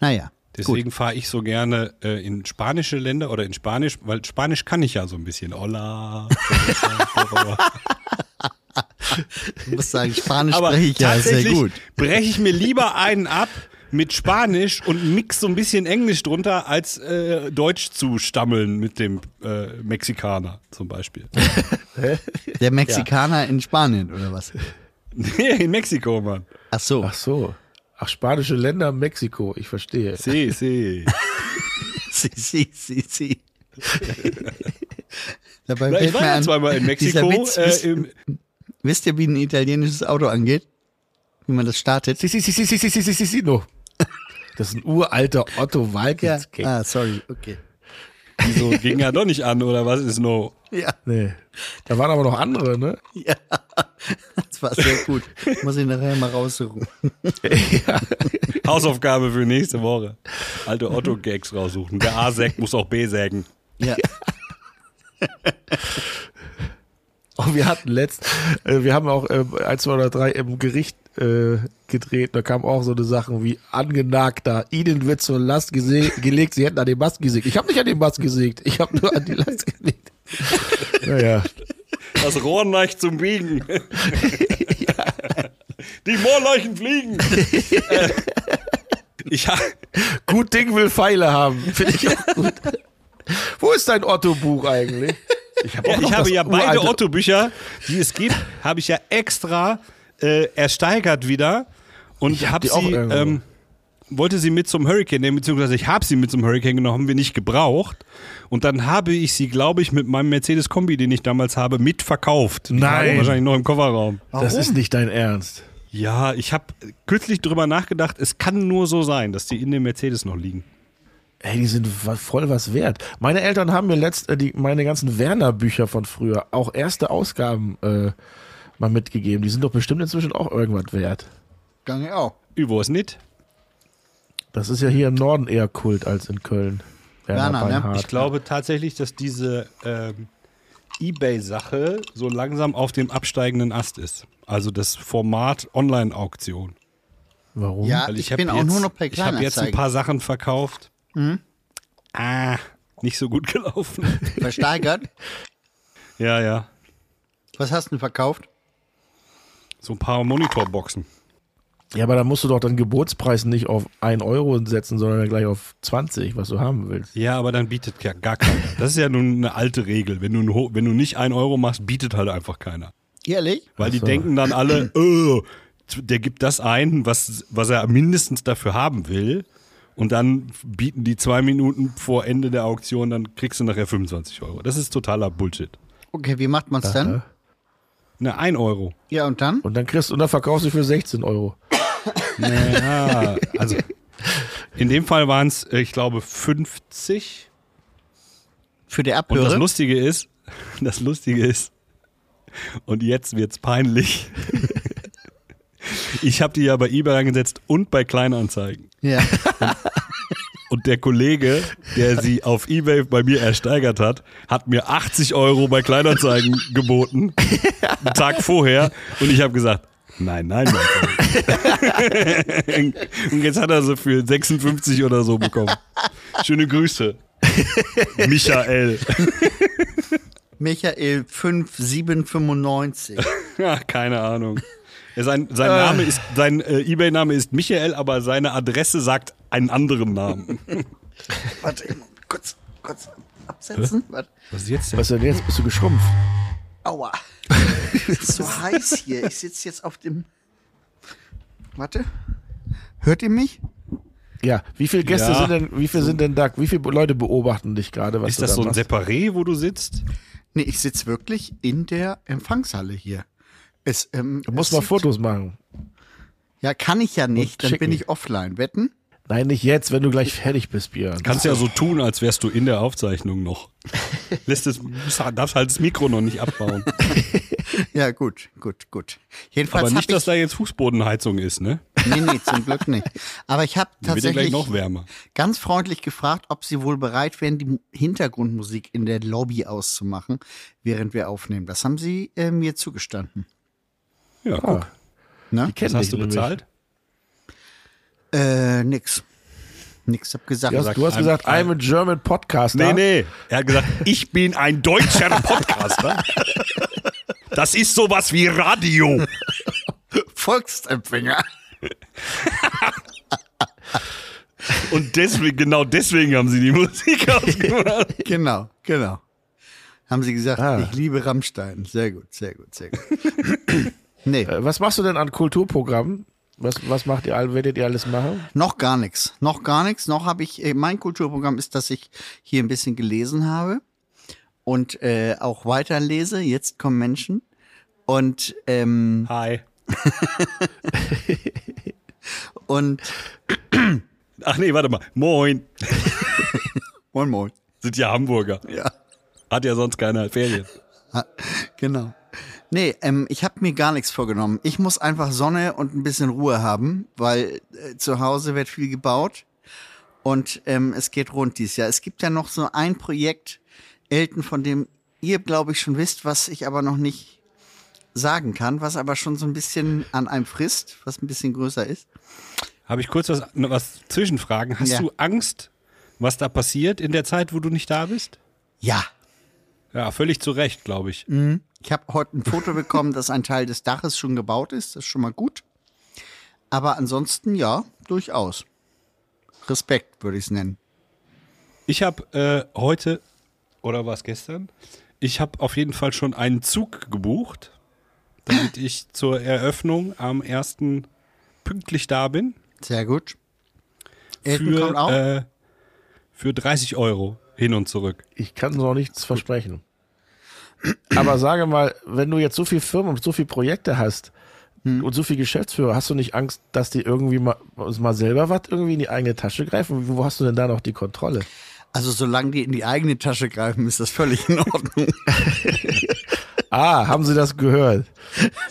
[SPEAKER 4] Naja, gut.
[SPEAKER 2] Deswegen fahre ich so gerne äh, in spanische Länder oder in Spanisch, weil Spanisch kann ich ja so ein bisschen.
[SPEAKER 4] *laughs*
[SPEAKER 2] Hola.
[SPEAKER 4] Ich muss sagen,
[SPEAKER 2] *laughs*
[SPEAKER 4] Spanisch
[SPEAKER 2] Aber
[SPEAKER 4] spreche ich ja sehr
[SPEAKER 2] tatsächlich
[SPEAKER 4] gut.
[SPEAKER 2] breche ich mir lieber einen ab mit Spanisch und mix so ein bisschen Englisch drunter, als äh, Deutsch zu stammeln mit dem äh, Mexikaner zum Beispiel. *laughs*
[SPEAKER 4] Der Mexikaner in Spanien oder was?
[SPEAKER 2] Nee, in Mexiko, Mann.
[SPEAKER 4] Ach so.
[SPEAKER 3] Ach so. Ach, spanische Länder, Mexiko, ich verstehe.
[SPEAKER 2] Sí, sí.
[SPEAKER 4] *laughs* Sie, sie, sie,
[SPEAKER 2] *laughs*
[SPEAKER 4] sie. Dabei
[SPEAKER 2] Na,
[SPEAKER 4] fällt
[SPEAKER 2] Ich war
[SPEAKER 4] mir
[SPEAKER 2] ja
[SPEAKER 4] ein,
[SPEAKER 2] zweimal in
[SPEAKER 4] dieser
[SPEAKER 2] Mexiko.
[SPEAKER 4] Witz, wisst,
[SPEAKER 2] äh, im,
[SPEAKER 4] wisst ihr, wie ein italienisches Auto angeht? Wie man das startet?
[SPEAKER 3] Si, si, si, si, si, si, si, si, si, si, no. Das ist ein uralter Otto Walkens. Ja.
[SPEAKER 4] Ah, sorry, okay.
[SPEAKER 2] wieso ging ja doch nicht an oder was ist no?
[SPEAKER 4] Ja,
[SPEAKER 3] Nee. Da waren aber noch andere,
[SPEAKER 2] *laughs*
[SPEAKER 3] ne?
[SPEAKER 4] ja. *laughs* Das war sehr gut. Muss ich nachher mal raussuchen.
[SPEAKER 2] Hausaufgabe für nächste Woche. Alte Otto-Gags raussuchen. Wer A sägt, muss auch B sägen. *laughs*
[SPEAKER 4] Ja.
[SPEAKER 3] Oh, wir hatten letzt, äh, wir haben auch äh, ein, zwei oder drei im Gericht äh, gedreht. Da kamen auch so eine Sachen wie angenagter. Ihnen wird zur Last gese- gelegt. Sie hätten an den Mast gesägt. Ich habe nicht an den Mast gesägt. Ich habe nur an die Last
[SPEAKER 2] *laughs*
[SPEAKER 3] gelegt. Naja.
[SPEAKER 2] Das Rohr leicht zum Biegen. Die Moorleichen fliegen. Äh, ich ha
[SPEAKER 3] Gut Ding will Pfeile haben. Finde ich auch gut. Wo ist dein Otto-Buch eigentlich? Ich, hab auch
[SPEAKER 2] ja,
[SPEAKER 3] noch
[SPEAKER 2] ich
[SPEAKER 3] das
[SPEAKER 2] habe ja beide
[SPEAKER 3] uralte-
[SPEAKER 2] Otto-Bücher, die es gibt, habe ich ja extra äh, ersteigert wieder und
[SPEAKER 3] Ich hab
[SPEAKER 2] habe
[SPEAKER 3] die auch
[SPEAKER 2] sie,
[SPEAKER 3] irgendwo.
[SPEAKER 2] ähm, wollte sie mit zum Hurricane nehmen, beziehungsweise ich habe sie mit zum Hurricane genommen, haben wir nicht gebraucht. Und dann habe ich sie, glaube ich, mit meinem Mercedes-Kombi, den ich damals habe, mitverkauft. Die
[SPEAKER 3] Nein.
[SPEAKER 2] lagen Wahrscheinlich noch im Kofferraum.
[SPEAKER 3] Das ist nicht dein Ernst.
[SPEAKER 2] Ja, ich habe kürzlich drüber nachgedacht, es kann nur so sein, dass die in dem Mercedes noch liegen.
[SPEAKER 3] Ey, die sind wa- voll was wert. Meine Eltern haben mir letzt äh, die, meine ganzen Werner-Bücher von früher, auch erste Ausgaben äh, mal mitgegeben. Die sind doch bestimmt inzwischen auch irgendwas wert.
[SPEAKER 4] Gang ich auch.
[SPEAKER 2] Übo ist nicht.
[SPEAKER 3] Das ist ja hier im Norden eher Kult als in Köln.
[SPEAKER 4] Werner, ne?
[SPEAKER 3] Beinhardt.
[SPEAKER 2] Ich glaube tatsächlich, dass diese ähm, Ebay-Sache so langsam auf dem absteigenden Ast ist. Also das Format Online-Auktion.
[SPEAKER 3] Warum?
[SPEAKER 4] Ja,
[SPEAKER 2] Weil
[SPEAKER 4] Ah, ich,
[SPEAKER 2] hab
[SPEAKER 4] bin auch
[SPEAKER 2] jetzt-
[SPEAKER 4] nur noch bei
[SPEAKER 2] Ich habe jetzt ein
[SPEAKER 4] Kleinanzeigen. Mhm.
[SPEAKER 2] paar Sachen verkauft. Ah, nicht so gut *laughs* gelaufen.
[SPEAKER 4] Versteigert.
[SPEAKER 2] ja, ja.
[SPEAKER 4] *laughs* Was hast du denn verkauft?
[SPEAKER 2] So ein paar Monitorboxen.
[SPEAKER 3] ja, aber da musst du doch den Gebotspreis nicht auf 1 Euro setzen, sondern gleich auf 20, was du haben willst.
[SPEAKER 2] Ja, aber dann bietet ja gar keiner. Das ist ja nun eine alte Regel. Wenn du, ein Ho- wenn du nicht 1 Euro machst, bietet halt einfach keiner.
[SPEAKER 4] Ehrlich?
[SPEAKER 2] Weil die
[SPEAKER 3] so.
[SPEAKER 2] denken dann alle, oh, der gibt das ein, was, was er mindestens dafür haben will. Und dann bieten die zwei Minuten vor Ende der Auktion, dann kriegst du nachher 25 Euro. Das ist totaler Bullshit.
[SPEAKER 4] Okay, wie macht man es dann?
[SPEAKER 2] Ne, 1 Euro.
[SPEAKER 4] Ja, und dann?
[SPEAKER 3] Und dann kriegst und dann verkaufst du für 16 Euro.
[SPEAKER 2] Naja, *laughs* also in dem Fall waren es, ich glaube, 50.
[SPEAKER 4] Für die
[SPEAKER 2] Und
[SPEAKER 4] Abhöre?
[SPEAKER 2] das Lustige ist, *laughs* das Lustige ist, und jetzt wird's peinlich. *laughs* Ich habe die ja bei eBay angesetzt und bei Kleinanzeigen.
[SPEAKER 4] *laughs* ja.
[SPEAKER 2] Und der Kollege, der sie auf eBay bei mir ersteigert hat, hat mir 80 Euro bei *laughs* Kleinanzeigen geboten, einen Tag vorher. Und ich habe gesagt, nein, nein, *laughs* nein. Und jetzt hat er sie für 56 oder so bekommen. Schöne Grüße. *laughs* Michael.
[SPEAKER 4] Michael 5795.
[SPEAKER 2] Ja, keine Ahnung. Ah. Ja, Sein, sein Name ist, sein äh, Ebay-Name ist Michael, aber seine Adresse sagt einen anderen Namen.
[SPEAKER 4] *laughs* Warte, ich muss kurz, kurz absetzen. Warte.
[SPEAKER 2] Was ist jetzt
[SPEAKER 3] Was denn jetzt? Bist du geschrumpft?
[SPEAKER 4] *laughs* Aua. ist so heiß hier. Ich sitze jetzt auf dem. Warte. Hört ihr mich?
[SPEAKER 3] Ja, wie viele Gäste
[SPEAKER 2] Ja.
[SPEAKER 3] sind denn, wie viele sind denn da? Wie viele Leute beobachten dich gerade? was
[SPEAKER 2] Ist
[SPEAKER 3] du
[SPEAKER 2] das
[SPEAKER 3] da
[SPEAKER 2] so ein
[SPEAKER 3] machst?
[SPEAKER 2] Separé, wo du sitzt?
[SPEAKER 4] Nee, ich sitze wirklich in der Empfangshalle hier. Es, ähm,
[SPEAKER 3] Du musst
[SPEAKER 4] es
[SPEAKER 3] mal
[SPEAKER 4] sieht-
[SPEAKER 3] Fotos machen.
[SPEAKER 4] Ja, kann ich ja nicht. Dann bin
[SPEAKER 3] schicken.
[SPEAKER 4] ich offline. Wetten?
[SPEAKER 3] Nein, nicht jetzt, wenn du gleich fertig bist, Björn.
[SPEAKER 2] Kannst ja so tun, als wärst du in der Aufzeichnung noch. *laughs* Lässt es, darfst halt das Mikro noch nicht
[SPEAKER 4] *laughs*
[SPEAKER 2] abbauen.
[SPEAKER 4] Ja, gut, gut, gut. Jedenfalls
[SPEAKER 2] Aber
[SPEAKER 4] hab
[SPEAKER 2] nicht,
[SPEAKER 4] ich
[SPEAKER 2] dass da jetzt Fußbodenheizung ist, ne?
[SPEAKER 4] Nee, nee, zum Glück nicht. Aber ich habe
[SPEAKER 2] Wird ja gleich
[SPEAKER 4] tatsächlich
[SPEAKER 2] noch wärmer.
[SPEAKER 4] ganz freundlich gefragt, ob sie wohl bereit wären, die M- Hintergrundmusik in der Lobby auszumachen, während wir aufnehmen. Das haben sie äh, mir zugestanden.
[SPEAKER 2] Ja, guck.
[SPEAKER 4] Ne?
[SPEAKER 3] Die kennen
[SPEAKER 2] Was hast
[SPEAKER 3] dich
[SPEAKER 2] du
[SPEAKER 3] nämlich.
[SPEAKER 2] bezahlt?
[SPEAKER 4] Äh, nix. Nix hab gesagt.
[SPEAKER 3] Du hast, du hast gesagt, I'm a German Podcaster.
[SPEAKER 2] Nee, nee. Er hat gesagt, ich bin ein deutscher
[SPEAKER 4] *laughs*
[SPEAKER 2] Podcaster. Das ist sowas wie Radio.
[SPEAKER 4] Volksempfänger. *laughs*
[SPEAKER 2] Und deswegen, genau deswegen haben sie die
[SPEAKER 4] *laughs*
[SPEAKER 2] Musik ausgemacht.
[SPEAKER 4] genau, genau. Haben sie gesagt,
[SPEAKER 3] Ah.
[SPEAKER 4] ich liebe Rammstein. Sehr gut, sehr gut, sehr gut. *laughs* nee,
[SPEAKER 3] Äh, Was machst du denn an Kulturprogrammen? Was, was macht ihr, all- werdet ihr alles machen?
[SPEAKER 4] noch gar nichts. Noch gar nichts. Noch habe ich, äh, mein Kulturprogramm ist, dass ich hier ein bisschen gelesen habe und äh, auch weiterlese. Jetzt kommen Menschen. Und ähm,
[SPEAKER 2] Hi.
[SPEAKER 4] Und
[SPEAKER 2] Ach nee, warte mal. Moin.
[SPEAKER 4] moin moin.
[SPEAKER 2] Sind ja Hamburger.
[SPEAKER 4] Ja,
[SPEAKER 2] Hat ja sonst keiner Ferien.
[SPEAKER 4] genau. Nee, ähm, ich habe mir gar nichts vorgenommen. Ich muss einfach Sonne und ein bisschen Ruhe haben, weil äh, zu Hause wird viel gebaut und ähm, es geht rund dieses Jahr. Es gibt ja noch so ein Projekt, Elton, von dem ihr, glaube ich, schon wisst, was ich aber noch nicht sagen kann, was aber schon so ein bisschen an einem frisst, was ein bisschen größer ist.
[SPEAKER 2] Habe ich kurz was, was zwischenfragen? Hast
[SPEAKER 4] Ja.
[SPEAKER 2] du Angst, was da passiert in der Zeit, wo du nicht da bist?
[SPEAKER 4] Ja,
[SPEAKER 2] Ja, völlig zu Recht, glaube ich.
[SPEAKER 4] Mhm. Ich habe heute ein Foto bekommen, dass ein Teil des Daches schon gebaut ist. Das ist schon mal gut. Aber ansonsten, ja, durchaus. Respekt würde ich es nennen.
[SPEAKER 2] Ich habe äh, heute, oder war es gestern? Ich habe auf jeden Fall schon einen Zug gebucht, damit
[SPEAKER 4] *laughs*
[SPEAKER 2] ich zur Eröffnung am 1. pünktlich da bin.
[SPEAKER 4] Sehr gut. Elton
[SPEAKER 2] Für,
[SPEAKER 4] kommt auch.
[SPEAKER 2] äh, für 30 Euro hin und zurück.
[SPEAKER 3] Ich kann noch nichts versprechen. Aber sage mal, wenn du jetzt so viele Firmen und so viele Projekte hast und so viele Geschäftsführer, hast du nicht Angst, dass die irgendwie mal, uns mal selber was irgendwie in die eigene Tasche greifen? Wo hast du denn da noch die Kontrolle?
[SPEAKER 4] also solange die in die eigene Tasche greifen, ist das völlig in Ordnung.
[SPEAKER 3] Ah, haben sie das gehört?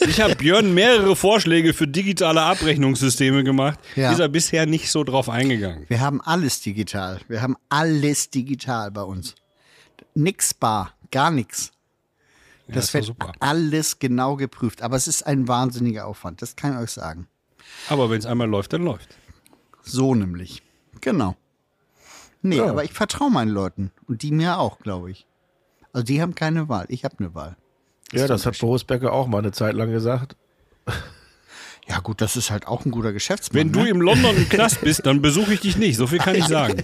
[SPEAKER 2] Ich habe Björn mehrere Vorschläge für digitale Abrechnungssysteme gemacht.
[SPEAKER 4] Ja.
[SPEAKER 2] Ist er bisher nicht so drauf eingegangen.
[SPEAKER 4] Wir haben alles digital. Wir haben alles digital bei uns. Nix bar, gar nichts.
[SPEAKER 2] ist
[SPEAKER 4] Das
[SPEAKER 2] doch
[SPEAKER 4] wird
[SPEAKER 2] super.
[SPEAKER 4] alles genau geprüft. Aber es ist ein wahnsinniger Aufwand. Das kann ich euch sagen.
[SPEAKER 2] Aber wenn es einmal läuft, dann läuft.
[SPEAKER 4] So nämlich. Genau. Nee, aber ich vertraue meinen Leuten. Und die mir auch, glaube ich. Also die haben keine Wahl. Ich habe eine Wahl.
[SPEAKER 3] Ja, das hat Boris Becker auch mal eine Zeit lang gesagt.
[SPEAKER 4] Ja gut, das ist halt auch ein guter Geschäftsmann.
[SPEAKER 2] Wenn du
[SPEAKER 4] ne?
[SPEAKER 2] im London im Knast bist, dann besuche ich dich nicht. So viel kann
[SPEAKER 4] *laughs*
[SPEAKER 2] ich sagen.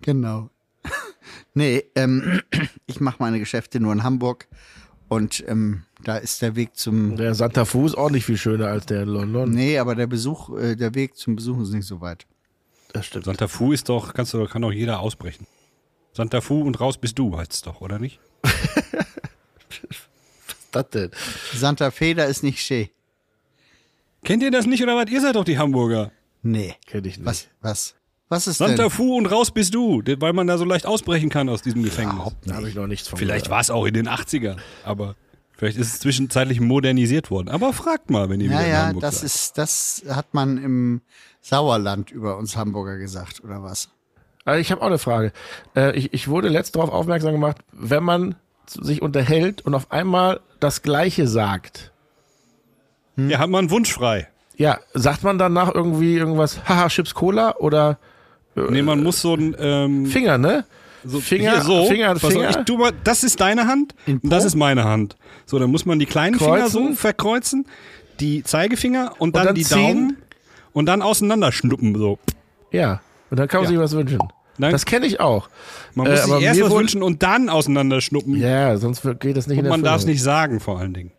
[SPEAKER 4] Genau. *laughs* nee, ähm, *clears throat* ich mache meine Geschäfte nur in Hamburg. Und ähm, da ist der Weg zum...
[SPEAKER 3] Der Santa Fu ist auch nicht viel schöner als der in London.
[SPEAKER 4] Nee, aber der Besuch, äh, der Weg zum Besuchen ist nicht so weit.
[SPEAKER 3] Das stimmt.
[SPEAKER 2] Santa Fu ist doch, kannst du, kann doch jeder ausbrechen. Santa Fu und raus bist du, heißt es doch, oder nicht?
[SPEAKER 3] Was das denn?
[SPEAKER 4] Santa Fe, da ist nicht schön.
[SPEAKER 2] Kennt ihr das nicht oder was? Ihr seid doch die Hamburger.
[SPEAKER 4] Nee.
[SPEAKER 3] Kenn ich nicht.
[SPEAKER 4] Was, was? Was ist
[SPEAKER 2] Santa
[SPEAKER 4] denn?
[SPEAKER 2] Fu und raus bist du, de- weil man da so leicht ausbrechen kann aus diesem Gefängnis.
[SPEAKER 3] Da habe ich noch nichts von
[SPEAKER 2] Vielleicht
[SPEAKER 3] gehört.
[SPEAKER 2] war es auch in den 80ern, aber vielleicht ist es zwischenzeitlich modernisiert worden. Aber fragt mal, wenn ihr wieder
[SPEAKER 4] Ja,
[SPEAKER 2] in
[SPEAKER 4] ja,
[SPEAKER 2] Hamburg
[SPEAKER 4] das
[SPEAKER 2] seid.
[SPEAKER 4] ist, das hat man im Sauerland über uns Hamburger gesagt, oder was?
[SPEAKER 3] Also ich habe auch eine Frage. Äh, ich, ich wurde letzt darauf aufmerksam gemacht, wenn man zu- sich unterhält und auf einmal das Gleiche sagt.
[SPEAKER 2] Ja, hat man einen Wunsch frei.
[SPEAKER 3] Ja, sagt man danach irgendwie irgendwas, haha, Chips Cola oder
[SPEAKER 2] Nee,
[SPEAKER 4] äh,
[SPEAKER 2] man muss so ein ähm,
[SPEAKER 3] Finger, ne?
[SPEAKER 2] so,
[SPEAKER 3] Finger,
[SPEAKER 2] hier so,
[SPEAKER 3] Finger,
[SPEAKER 2] Pass auf,
[SPEAKER 3] Finger.
[SPEAKER 2] Ich tu mal, das ist deine Hand
[SPEAKER 4] In
[SPEAKER 2] und das
[SPEAKER 4] Po?
[SPEAKER 2] ist meine Hand. So, dann muss man die kleinen Finger so
[SPEAKER 3] Kreuzen.
[SPEAKER 2] verkreuzen, die Zeigefinger und, dann,
[SPEAKER 3] dann
[SPEAKER 2] die
[SPEAKER 3] ziehen.
[SPEAKER 2] Daumen und dann auseinanderschnuppen. So.
[SPEAKER 3] ja, und dann kann man
[SPEAKER 2] Ja.
[SPEAKER 3] sich was wünschen.
[SPEAKER 2] Dann-
[SPEAKER 3] das kenne ich auch.
[SPEAKER 2] Man muss
[SPEAKER 3] Äh, aber
[SPEAKER 2] sich erst
[SPEAKER 3] mir
[SPEAKER 2] was
[SPEAKER 3] wurde-
[SPEAKER 2] wünschen und dann auseinanderschnuppen.
[SPEAKER 3] Ja, sonst wird- geht das nicht
[SPEAKER 2] und
[SPEAKER 3] in
[SPEAKER 2] man darf es
[SPEAKER 3] Erfüllung.
[SPEAKER 2] nicht sagen, vor allen Dingen.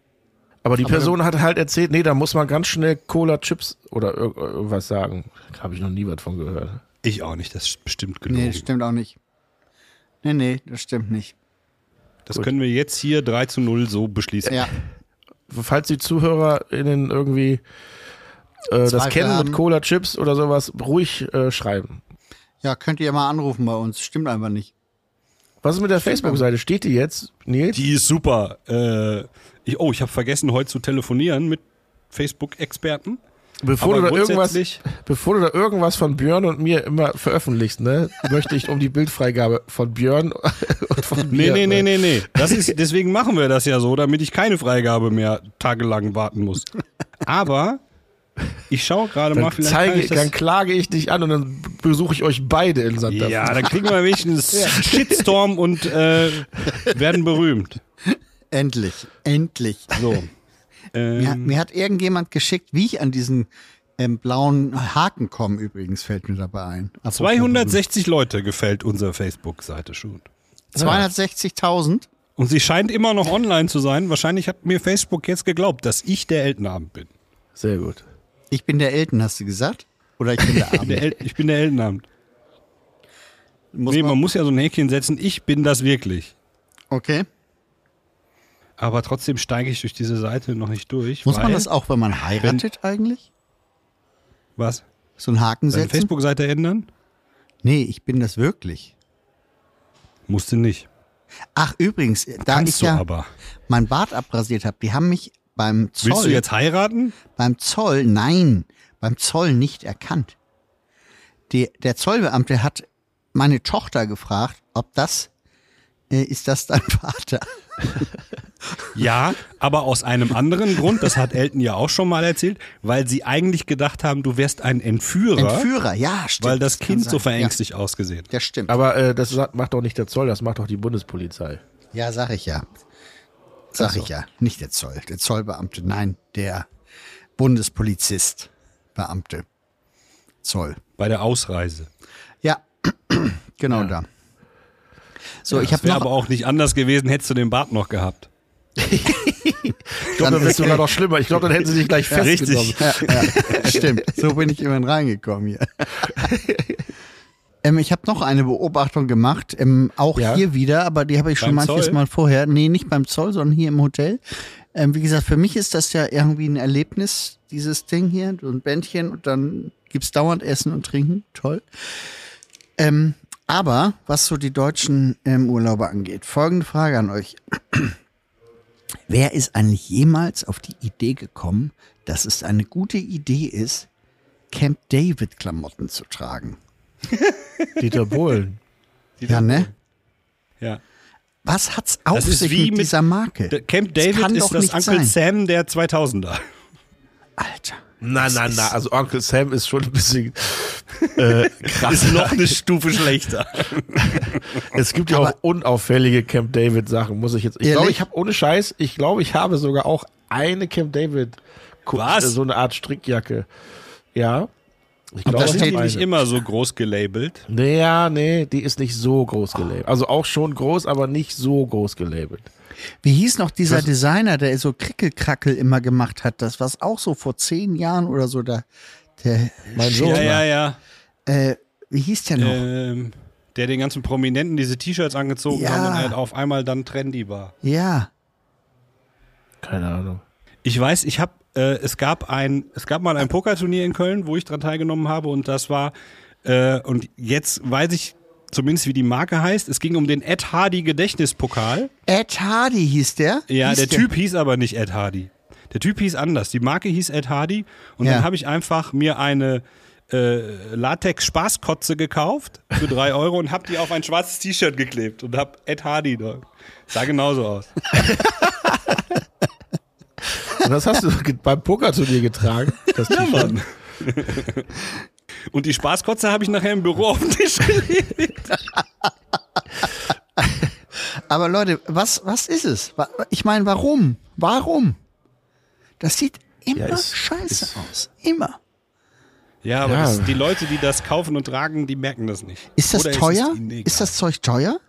[SPEAKER 3] Aber die Person hat halt erzählt, nee, da muss man ganz schnell Cola, Chips oder ir irgendwas sagen. Habe ich noch nie was von gehört.
[SPEAKER 2] Ich auch nicht, das ist bestimmt gelogen.
[SPEAKER 4] Nee, stimmt auch nicht. Nee, nee, das stimmt nicht.
[SPEAKER 2] das können wir jetzt hier 3 zu 0 so beschließen.
[SPEAKER 4] Ja,
[SPEAKER 3] falls die ZuhörerInnen irgendwie äh, das
[SPEAKER 4] Zweifel
[SPEAKER 3] kennen
[SPEAKER 4] haben.
[SPEAKER 3] mit Cola Chips oder sowas, ruhig äh, schreiben.
[SPEAKER 4] ja, könnt ihr mal anrufen bei uns. Stimmt einfach nicht.
[SPEAKER 3] Was ist mit der Facebook-Seite? Steht die jetzt, Nils?
[SPEAKER 2] Die ist super. Äh, ich, oh, ich habe vergessen, heute zu telefonieren mit Facebook-Experten.
[SPEAKER 3] Bevor
[SPEAKER 2] Aber
[SPEAKER 3] du, da irgendwas,
[SPEAKER 2] grundsätzlich-
[SPEAKER 3] bevor du da irgendwas von Björn und mir immer veröffentlichst,
[SPEAKER 2] *laughs*
[SPEAKER 3] ne, möchte ich um die Bildfreigabe von Björn *laughs* und von
[SPEAKER 2] Nee,
[SPEAKER 3] mir.
[SPEAKER 2] nee, nee,
[SPEAKER 3] ne.
[SPEAKER 2] nee, nee.
[SPEAKER 3] *laughs*
[SPEAKER 2] Das ist, deswegen machen wir das ja so, damit ich keine Freigabe mehr tagelang warten muss. Aber ich schaue gerade mal,
[SPEAKER 3] Dann,
[SPEAKER 2] vielleicht
[SPEAKER 3] zeige,
[SPEAKER 2] kann ich das
[SPEAKER 3] dann klage ich dich an und dann besuche ich euch beide in St.
[SPEAKER 2] Ja, dann kriegen
[SPEAKER 3] *laughs*
[SPEAKER 2] wir wenigstens einen Shitstorm und äh, werden berühmt.
[SPEAKER 4] Endlich, endlich.
[SPEAKER 2] So.
[SPEAKER 4] Mir,
[SPEAKER 2] Ähm,
[SPEAKER 4] mir hat irgendjemand geschickt, wie ich an diesen ähm, blauen Haken komme, übrigens, fällt mir dabei ein. Apropos-
[SPEAKER 2] 260 Leute gefällt unserer Facebook-Seite schon.
[SPEAKER 4] 260.000?
[SPEAKER 2] Und sie scheint immer noch online zu sein. Wahrscheinlich hat mir Facebook jetzt geglaubt, dass ich der Eltenabend bin.
[SPEAKER 3] Sehr gut.
[SPEAKER 4] Ich bin der Elten, hast du gesagt? Oder ich
[SPEAKER 2] *laughs*
[SPEAKER 4] bin der
[SPEAKER 2] Ich bin der,
[SPEAKER 4] Abend?
[SPEAKER 2] El ich bin der Eltenabend.
[SPEAKER 4] Muss
[SPEAKER 2] nee, man,
[SPEAKER 4] man,
[SPEAKER 2] muss ja so ein Häkchen setzen. Ich bin das wirklich.
[SPEAKER 4] okay.
[SPEAKER 2] Aber trotzdem steige ich durch diese Seite noch nicht durch.
[SPEAKER 4] Muss man
[SPEAKER 2] weil-
[SPEAKER 4] das auch, wenn man heiratet eigentlich?
[SPEAKER 2] Was?
[SPEAKER 4] So einen Haken
[SPEAKER 2] Deine
[SPEAKER 4] setzen?
[SPEAKER 2] Facebook-Seite ändern?
[SPEAKER 4] Nee, ich bin das wirklich.
[SPEAKER 2] Musste nicht.
[SPEAKER 4] Ach, übrigens, da
[SPEAKER 2] Kannst
[SPEAKER 4] ich
[SPEAKER 2] du
[SPEAKER 4] ja
[SPEAKER 2] aber.
[SPEAKER 4] mein Bart abrasiert habe, die haben mich beim Zoll,
[SPEAKER 2] Willst du jetzt heiraten?
[SPEAKER 4] beim Zoll, nein, beim Zoll nicht erkannt. Die, der Zollbeamte hat meine Tochter gefragt, ob das, äh, ist das dein *laughs* Vater?
[SPEAKER 2] Ja, aber aus einem anderen Grund, das hat Elton ja auch schon mal erzählt, weil sie eigentlich gedacht haben, du wärst ein Entführer,
[SPEAKER 4] Entführer, ja, stimmt.
[SPEAKER 2] weil das
[SPEAKER 4] kann
[SPEAKER 2] Kind
[SPEAKER 4] sein.
[SPEAKER 2] so verängstigt ausgesehen hat.
[SPEAKER 4] Ja, das stimmt.
[SPEAKER 3] Aber äh, das sagt- macht doch nicht der Zoll, das macht doch die Bundespolizei.
[SPEAKER 4] Ja, sag ich ja. Sag
[SPEAKER 2] Also.
[SPEAKER 4] ich ja. Nicht der Zoll, der Zollbeamte, nein, der Bundespolizist, Beamte. Zoll.
[SPEAKER 2] bei der Ausreise.
[SPEAKER 4] Ja, *clears throat* genau da. So, ich
[SPEAKER 2] Das
[SPEAKER 4] habe
[SPEAKER 2] wäre
[SPEAKER 4] noch
[SPEAKER 2] aber auch nicht anders gewesen, hättest du den Bart noch gehabt.
[SPEAKER 3] Ich glaube, dann wäre es sogar noch schlimmer. Ich glaube, dann hätten sie dich gleich
[SPEAKER 2] *laughs* Ja, richtig.
[SPEAKER 3] festgenommen.
[SPEAKER 4] Ja, ja, *laughs* stimmt. So bin ich immerhin
[SPEAKER 2] *laughs*
[SPEAKER 4] reingekommen hier. Ähm, ich habe noch eine Beobachtung gemacht, ähm, auch
[SPEAKER 3] Ja?
[SPEAKER 4] hier wieder, aber die habe ich schon
[SPEAKER 2] Beim
[SPEAKER 4] manches
[SPEAKER 2] Zoll?
[SPEAKER 4] Mal vorher. Nee, nicht beim Zoll, sondern hier im Hotel. Ähm, wie gesagt, für mich ist das ja irgendwie ein Erlebnis, dieses Ding hier, so ein Bändchen und dann gibt's dauernd Essen und Trinken. Toll. Ähm, aber was so die deutschen ähm, Urlauber angeht, folgende Frage an euch. *clears throat* Wer ist eigentlich jemals auf die Idee gekommen, dass es eine gute Idee ist, Camp David-Klamotten zu tragen?
[SPEAKER 3] Dieter Bohlen.
[SPEAKER 4] Ja, ne?
[SPEAKER 2] Ja.
[SPEAKER 4] Was hat's auf
[SPEAKER 2] Das ist
[SPEAKER 4] sich
[SPEAKER 2] wie
[SPEAKER 4] mit
[SPEAKER 2] mit-
[SPEAKER 4] dieser Marke?
[SPEAKER 2] Der Camp
[SPEAKER 4] Das
[SPEAKER 2] David
[SPEAKER 4] kann
[SPEAKER 2] ist
[SPEAKER 4] doch
[SPEAKER 2] das
[SPEAKER 4] nicht
[SPEAKER 2] Uncle
[SPEAKER 4] sein.
[SPEAKER 2] Sam der 2000er.
[SPEAKER 4] Alter.
[SPEAKER 3] Na, na, na. Also Onkel Sam ist schon ein bisschen äh, krass.
[SPEAKER 2] Ist noch eine Stufe schlechter.
[SPEAKER 3] Es gibt ja auch unauffällige Camp David Sachen, muss ich jetzt. Ich
[SPEAKER 4] Ehrlich?
[SPEAKER 3] glaube, ich habe ohne Scheiß, ich glaube, ich habe sogar auch eine Camp David Ku- äh,
[SPEAKER 2] Was?
[SPEAKER 3] so eine Art Strickjacke. Ja. Ich
[SPEAKER 4] da
[SPEAKER 3] ich
[SPEAKER 2] Das
[SPEAKER 4] steht
[SPEAKER 3] hab
[SPEAKER 2] ist nicht
[SPEAKER 3] eine.
[SPEAKER 2] immer so groß gelabelt.
[SPEAKER 3] Nee, ja, nee, die ist nicht so groß gelabelt. Also auch schon groß, aber nicht so groß gelabelt.
[SPEAKER 4] Wie hieß noch dieser Designer, der so Krickelkrackel immer gemacht hat? Das was auch so vor zehn Jahren oder so da. Der,
[SPEAKER 3] Mein Sohn.
[SPEAKER 2] Ja, ja, ja.
[SPEAKER 4] äh, wie hieß der noch?
[SPEAKER 2] Ähm, der den ganzen Prominenten diese T-Shirts angezogen
[SPEAKER 4] Ja.
[SPEAKER 2] hat und halt auf einmal dann trendy war.
[SPEAKER 4] Ja.
[SPEAKER 3] Keine Ahnung.
[SPEAKER 2] Ich weiß, ich habe, äh, es gab ein, es gab mal ein Pokerturnier in Köln, wo ich dran teilgenommen habe und das war, äh, und jetzt weiß ich zumindest, wie die Marke heißt. Es ging um den Ed Hardy Gedächtnispokal.
[SPEAKER 4] Ed Hardy hieß der?
[SPEAKER 2] Ja,
[SPEAKER 4] hieß
[SPEAKER 2] der Typ hieß aber nicht Ed Hardy. Der Typ hieß anders. Die Marke hieß Ed Hardy und
[SPEAKER 4] Ja.
[SPEAKER 2] dann habe ich einfach mir eine äh, Latex-Spaßkotze gekauft für drei Euro und habe die auf ein schwarzes T-Shirt geklebt und habe Ed Hardy da. Sah genauso
[SPEAKER 4] *laughs*
[SPEAKER 2] aus.
[SPEAKER 3] Und das hast du *laughs* ge- beim Pokerturnier getragen. Das ja, Mann.
[SPEAKER 2] Und die Spaßkotze habe ich nachher im Büro auf den Tisch gelegt.
[SPEAKER 4] Aber Leute, was, was ist es? Wa- Ich meine, warum? Warum? Das sieht immer
[SPEAKER 3] Ja, ist-
[SPEAKER 4] scheiße
[SPEAKER 3] ist-
[SPEAKER 4] aus. Immer.
[SPEAKER 2] Ja, aber
[SPEAKER 3] Ja.
[SPEAKER 2] Das, die Leute, die das kaufen und tragen, die merken das nicht.
[SPEAKER 4] Ist das
[SPEAKER 2] Oder
[SPEAKER 4] teuer?
[SPEAKER 2] Ist, es ihnen egal?
[SPEAKER 4] Ist, das Zeug teuer?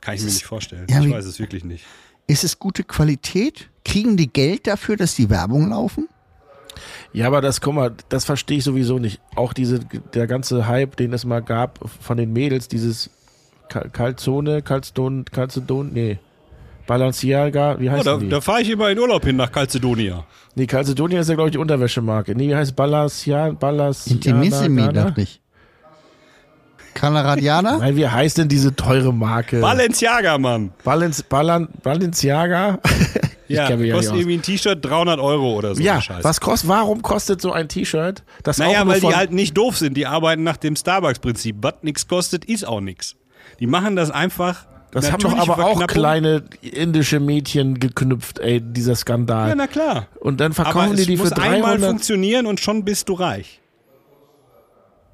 [SPEAKER 2] Kann ich mir nicht vorstellen.
[SPEAKER 4] Ja,
[SPEAKER 2] ich
[SPEAKER 4] wie-
[SPEAKER 2] weiß es wirklich nicht.
[SPEAKER 4] Ist es gute Qualität? Kriegen die Geld dafür, dass die Werbung laufen?
[SPEAKER 3] Ja, aber das, guck mal, das verstehe ich sowieso nicht. Auch diese, der ganze Hype, den es mal gab von den Mädels, dieses Kal- Kalzone, Kalzdon, Kalzedon, nee. Balenciaga, wie
[SPEAKER 2] Oh,
[SPEAKER 3] heißt
[SPEAKER 2] da
[SPEAKER 3] die?
[SPEAKER 2] da fahre ich immer in Urlaub hin nach Calcedonia.
[SPEAKER 3] Nee, Calcedonia ist ja, glaube ich, die Unterwäschemarke. Nee, wie heißt Balenciaga?
[SPEAKER 4] Intimissimi,
[SPEAKER 3] Balenciaga?
[SPEAKER 4] dachte ich. Kalaradiana?
[SPEAKER 3] Nein, wie heißt denn diese teure Marke?
[SPEAKER 2] Balenciaga, Mann.
[SPEAKER 3] Balenz, Balan, Balenciaga?
[SPEAKER 2] Ja,
[SPEAKER 3] kenn mich ja
[SPEAKER 2] kostet
[SPEAKER 3] nicht aus.
[SPEAKER 2] irgendwie ein T-Shirt 300 Euro oder so.
[SPEAKER 3] ja,
[SPEAKER 2] eine Scheiße.
[SPEAKER 3] was kostet, warum kostet so ein T-Shirt? Das
[SPEAKER 2] Naja,
[SPEAKER 3] auch nur
[SPEAKER 2] weil die
[SPEAKER 3] von-
[SPEAKER 2] halt nicht doof sind. Die arbeiten nach dem Starbucks-Prinzip. Was nichts kostet, ist auch nichts. Die machen das einfach.
[SPEAKER 3] Das haben doch
[SPEAKER 2] natürliche
[SPEAKER 3] aber auch
[SPEAKER 2] Verknappung.
[SPEAKER 3] kleine indische Mädchen geknüpft, ey, dieser Skandal.
[SPEAKER 2] Ja, na klar.
[SPEAKER 3] und dann
[SPEAKER 2] Aber
[SPEAKER 3] verkaufen
[SPEAKER 2] es
[SPEAKER 3] die die für
[SPEAKER 2] muss einmal
[SPEAKER 3] 300.
[SPEAKER 2] funktionieren und schon bist du reich.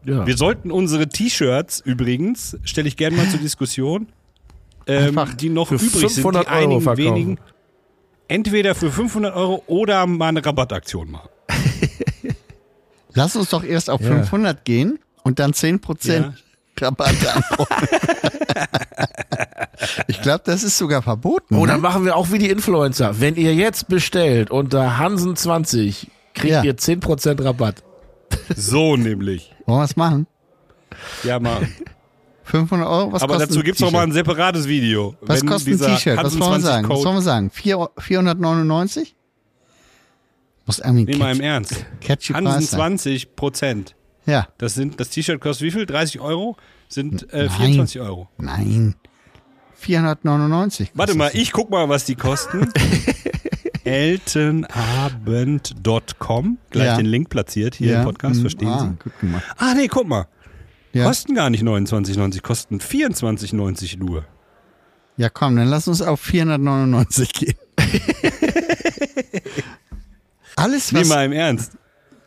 [SPEAKER 3] Ja.
[SPEAKER 2] Wir sollten unsere T-Shirts übrigens, stelle ich gerne mal zur Diskussion, ähm,
[SPEAKER 4] Einfach
[SPEAKER 2] die noch
[SPEAKER 3] für
[SPEAKER 2] übrig sind, die
[SPEAKER 3] 500 Euro
[SPEAKER 2] einigen
[SPEAKER 3] verkaufen.
[SPEAKER 2] wenigen, entweder für 500 Euro oder mal eine Rabattaktion machen.
[SPEAKER 4] Lass uns doch erst auf
[SPEAKER 3] Ja.
[SPEAKER 4] 500 gehen und dann 10%
[SPEAKER 2] Ja.
[SPEAKER 4] Rabatt
[SPEAKER 2] *laughs*
[SPEAKER 4] anordnen. ich glaube, das ist sogar verboten.
[SPEAKER 3] Oder
[SPEAKER 4] ne?
[SPEAKER 3] Oh, machen wir auch wie die Influencer. Wenn ihr jetzt bestellt unter Hansen20, kriegt
[SPEAKER 4] Ja.
[SPEAKER 3] ihr 10% Rabatt.
[SPEAKER 2] So *laughs* nämlich.
[SPEAKER 4] Wollen wir es machen?
[SPEAKER 2] Ja, mal.
[SPEAKER 4] 500 Euro? Was
[SPEAKER 2] Aber
[SPEAKER 4] kostet
[SPEAKER 2] dazu
[SPEAKER 4] ein
[SPEAKER 2] gibt es mal
[SPEAKER 4] T-Shirt?
[SPEAKER 2] ein separates Video.
[SPEAKER 4] Was
[SPEAKER 2] Wenn
[SPEAKER 4] kostet ein
[SPEAKER 2] dieser
[SPEAKER 4] T-Shirt? Was
[SPEAKER 2] Hansen
[SPEAKER 4] wollen wir
[SPEAKER 2] 20
[SPEAKER 4] sagen? Was
[SPEAKER 2] Code-
[SPEAKER 4] sollen wir sagen? Vier- 499? Muss irgendwie
[SPEAKER 2] Nee, mal im
[SPEAKER 4] catchy,
[SPEAKER 2] Ernst.
[SPEAKER 4] catchy
[SPEAKER 2] Hansen
[SPEAKER 4] Preis sein.
[SPEAKER 2] 20 Prozent.
[SPEAKER 4] Ja,
[SPEAKER 2] Das, sind, das T-Shirt kostet wie viel? 30 Euro? Sind äh,
[SPEAKER 4] Nein.
[SPEAKER 2] 24 Euro.
[SPEAKER 4] nein. 499. kostet
[SPEAKER 2] Warte mal,
[SPEAKER 4] das.
[SPEAKER 2] ich guck mal, was die
[SPEAKER 4] *laughs*
[SPEAKER 2] kosten. Eltenabend.com. Gleich
[SPEAKER 4] Ja.
[SPEAKER 2] den Link platziert hier
[SPEAKER 4] Ja,
[SPEAKER 2] im Podcast,
[SPEAKER 4] mm,
[SPEAKER 2] verstehen
[SPEAKER 4] ah,
[SPEAKER 2] Sie?
[SPEAKER 4] Gut gemacht.
[SPEAKER 2] Ah, nee, guck mal.
[SPEAKER 4] Ja.
[SPEAKER 2] Kosten gar nicht 29,90, kosten 24,90 nur.
[SPEAKER 4] ja, komm, dann lass uns auf
[SPEAKER 2] *laughs*
[SPEAKER 4] 499 gehen. Alles,
[SPEAKER 2] Nee,
[SPEAKER 4] was
[SPEAKER 2] mal im Ernst.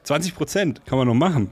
[SPEAKER 2] 20 Prozent kann man noch machen.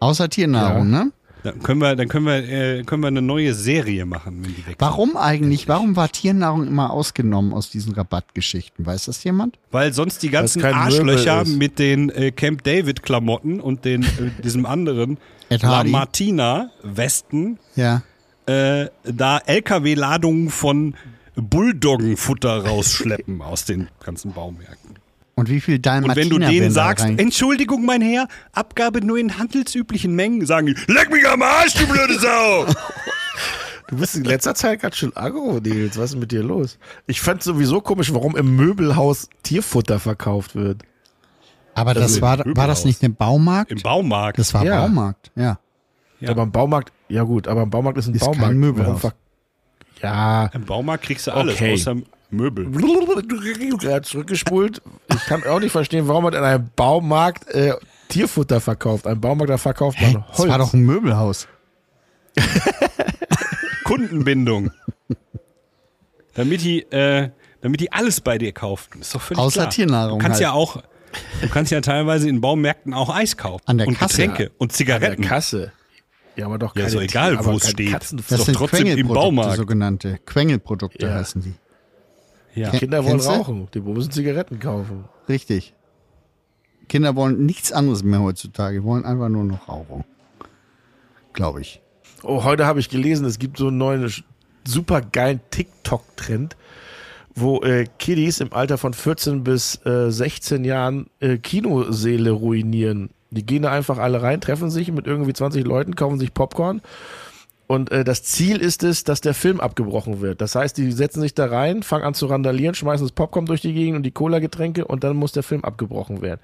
[SPEAKER 4] außer Tiernahrung, ne?
[SPEAKER 2] Dann können wir, dann können wir, äh, können wir eine neue Serie machen, wenn die weg sind.
[SPEAKER 4] Warum eigentlich? Warum war Tiernahrung immer ausgenommen aus diesen Rabattgeschichten? Weiß das jemand?
[SPEAKER 2] Weil sonst die ganzen
[SPEAKER 3] Weil's kein
[SPEAKER 2] Arschlöcher
[SPEAKER 3] Möbel ist.
[SPEAKER 2] mit den äh, Camp David-Klamotten und den, äh, diesem anderen
[SPEAKER 4] *laughs* Ed
[SPEAKER 2] La
[SPEAKER 4] Hardy.
[SPEAKER 2] Martina-Westen
[SPEAKER 4] Ja.
[SPEAKER 2] äh, da LKW-Ladungen von Bulldoggenfutter rausschleppen aus den ganzen Baumärkten.
[SPEAKER 4] Und wie viel Dalmatiner
[SPEAKER 2] Und wenn du denen
[SPEAKER 4] da
[SPEAKER 2] sagst,
[SPEAKER 4] rein-
[SPEAKER 2] Entschuldigung, mein Herr, Abgabe nur in handelsüblichen Mengen, sagen die, leck mich am Arsch, du blöde
[SPEAKER 4] *laughs*
[SPEAKER 2] Sau!
[SPEAKER 3] Du bist in letzter Zeit ganz schön aggro, Nils. Was ist mit dir los? Ich fand sowieso komisch, warum im Möbelhaus Tierfutter verkauft wird.
[SPEAKER 4] aber das
[SPEAKER 2] im
[SPEAKER 4] war, war das
[SPEAKER 2] Möbelhaus.
[SPEAKER 4] nicht ein Baumarkt?
[SPEAKER 2] Im Baumarkt.
[SPEAKER 4] Das war
[SPEAKER 3] Ja.
[SPEAKER 4] Baumarkt, ja.
[SPEAKER 2] Ja.
[SPEAKER 3] Aber im Baumarkt, ja gut, aber im Baumarkt ist ein
[SPEAKER 4] Ist kein
[SPEAKER 3] Baumarkt.
[SPEAKER 4] Möbelhaus.
[SPEAKER 3] Warum verk- Ja.
[SPEAKER 2] Im Baumarkt kriegst du alles,
[SPEAKER 3] Okay.
[SPEAKER 2] außer Möbel.
[SPEAKER 3] Gerade zurückgespult. Ich kann auch nicht verstehen, warum man in einem Baumarkt äh, Tierfutter verkauft. Ein Baumarkt, da verkauft man Holz.
[SPEAKER 4] Das war doch ein Möbelhaus.
[SPEAKER 2] Kundenbindung. *laughs* damit die, äh, damit die alles bei dir kaufen. Ist doch völlig
[SPEAKER 4] Außer
[SPEAKER 2] klar.
[SPEAKER 4] Tiernahrung
[SPEAKER 2] Du kannst ja
[SPEAKER 4] halt.
[SPEAKER 2] auch, du kannst ja teilweise in Baumärkten auch Eis kaufen.
[SPEAKER 4] An der
[SPEAKER 2] und
[SPEAKER 4] Kasse.
[SPEAKER 2] Getränke und
[SPEAKER 3] der
[SPEAKER 2] Zigaretten.
[SPEAKER 3] Kasse. Ja, aber doch
[SPEAKER 2] Ja,
[SPEAKER 3] keine
[SPEAKER 2] ist doch egal,
[SPEAKER 3] Tier-
[SPEAKER 2] wo
[SPEAKER 3] aber
[SPEAKER 2] es
[SPEAKER 3] kein
[SPEAKER 2] steht.
[SPEAKER 3] Katzenfutter.
[SPEAKER 4] Das
[SPEAKER 2] Doch
[SPEAKER 4] sind
[SPEAKER 2] trotzdem im
[SPEAKER 4] Quengelprodukte,
[SPEAKER 2] Baumarkt.
[SPEAKER 4] sogenannte Quengelprodukte
[SPEAKER 3] Ja.
[SPEAKER 4] heißen die.
[SPEAKER 2] ja.
[SPEAKER 4] Ke-
[SPEAKER 3] Kinder wollen
[SPEAKER 4] Kennst du?
[SPEAKER 3] rauchen, die müssen Zigaretten kaufen.
[SPEAKER 4] Richtig. Kinder wollen nichts anderes mehr heutzutage, die wollen einfach nur noch Rauchung. Glaube ich.
[SPEAKER 3] Oh, heute habe ich gelesen, es gibt so einen neuen super geilen TikTok-Trend, wo äh, Kiddies im Alter von 14 bis äh, 16 Jahren äh, Kinoseele ruinieren. Die gehen da einfach alle rein, treffen sich mit irgendwie 20 Leuten, kaufen sich Popcorn. Und äh, das Ziel ist es, dass der Film abgebrochen wird. Das heißt, die setzen sich da rein, fangen an zu randalieren, schmeißen das Popcorn durch die Gegend und die Cola-Getränke und dann muss der Film abgebrochen werden.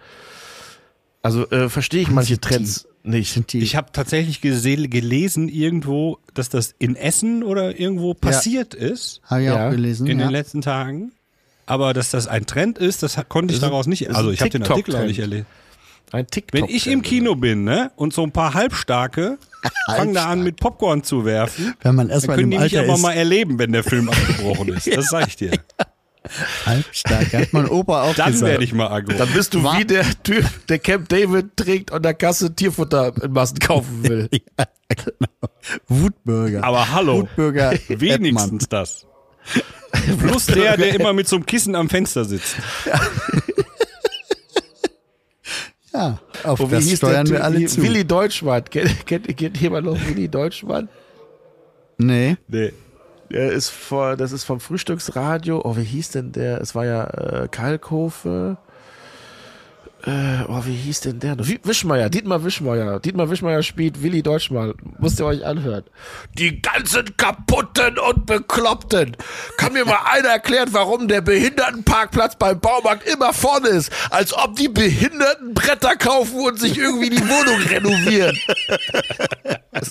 [SPEAKER 3] Also äh, verstehe ich manche Trends nicht.
[SPEAKER 4] Sind die
[SPEAKER 2] Ich habe tatsächlich gese- gelesen irgendwo, dass das in Essen oder irgendwo passiert ist
[SPEAKER 4] habe ich
[SPEAKER 3] Ja.
[SPEAKER 4] auch gelesen.
[SPEAKER 2] in
[SPEAKER 4] ja.
[SPEAKER 2] den letzten Tagen. Aber dass das ein Trend ist, das ha- konnte ich
[SPEAKER 3] Das ist ein-
[SPEAKER 2] daraus nicht.
[SPEAKER 3] das ist
[SPEAKER 2] Also
[SPEAKER 3] ein
[SPEAKER 2] ich habe den Artikel auch
[SPEAKER 3] TikTok-Trend.
[SPEAKER 2] nicht erlebt.
[SPEAKER 3] Ein TikTok.
[SPEAKER 2] Wenn ich im Kino bin, ne, und so ein paar
[SPEAKER 4] *laughs*
[SPEAKER 2] Halbstarke fangen da an mit Popcorn zu werfen,
[SPEAKER 4] Wenn man erstmal
[SPEAKER 2] dann können
[SPEAKER 4] im
[SPEAKER 2] die mich
[SPEAKER 4] Alter
[SPEAKER 2] aber
[SPEAKER 4] ist,
[SPEAKER 2] mal erleben, wenn der Film abgebrochen ist. Das sag ich
[SPEAKER 4] *laughs*
[SPEAKER 2] dir.
[SPEAKER 4] halbstark, hat mein
[SPEAKER 2] *laughs*
[SPEAKER 4] Opa auch
[SPEAKER 2] Dann
[SPEAKER 4] gesagt.
[SPEAKER 2] werde ich mal aggro.
[SPEAKER 3] Dann bist du
[SPEAKER 4] Wa-
[SPEAKER 3] wie der Typ, der Camp David trägt und der Kasse Tierfutter in Massen kaufen will.
[SPEAKER 4] *laughs* Ja, genau. Wutbürger.
[SPEAKER 2] Aber hallo,
[SPEAKER 4] Wutbürger
[SPEAKER 2] *laughs* wenigstens das.
[SPEAKER 4] *laughs*
[SPEAKER 2] Plus der, der immer mit so einem Kissen am Fenster sitzt.
[SPEAKER 4] Eppmann. Ja,
[SPEAKER 2] Oh,
[SPEAKER 4] auf
[SPEAKER 3] Und wie
[SPEAKER 4] das
[SPEAKER 3] hieß
[SPEAKER 4] steuern
[SPEAKER 3] der
[SPEAKER 4] wir alle zu.
[SPEAKER 3] Willi Deutschmann. Kennt, kennt, kennt jemand noch Willi Deutschmann?
[SPEAKER 4] Nee,
[SPEAKER 2] Nee.
[SPEAKER 3] Der ist vor, das ist vom Frühstücksradio. Oh, wie hieß denn der? Es war ja äh, Kalkofe. Äh, oh, wie hieß denn der? noch? Wie, Wischmeier, Dietmar Wischmeier. Dietmar Wischmeier spielt Willi Deutschmann. Musst ihr euch anhören. Die ganzen kaputten und bekloppten. Kann mir mal einer erklären, warum der Behindertenparkplatz beim Baumarkt immer vorne ist? Als ob die Behinderten Bretter kaufen und sich irgendwie die Wohnung renovieren. *laughs* *laughs* Das,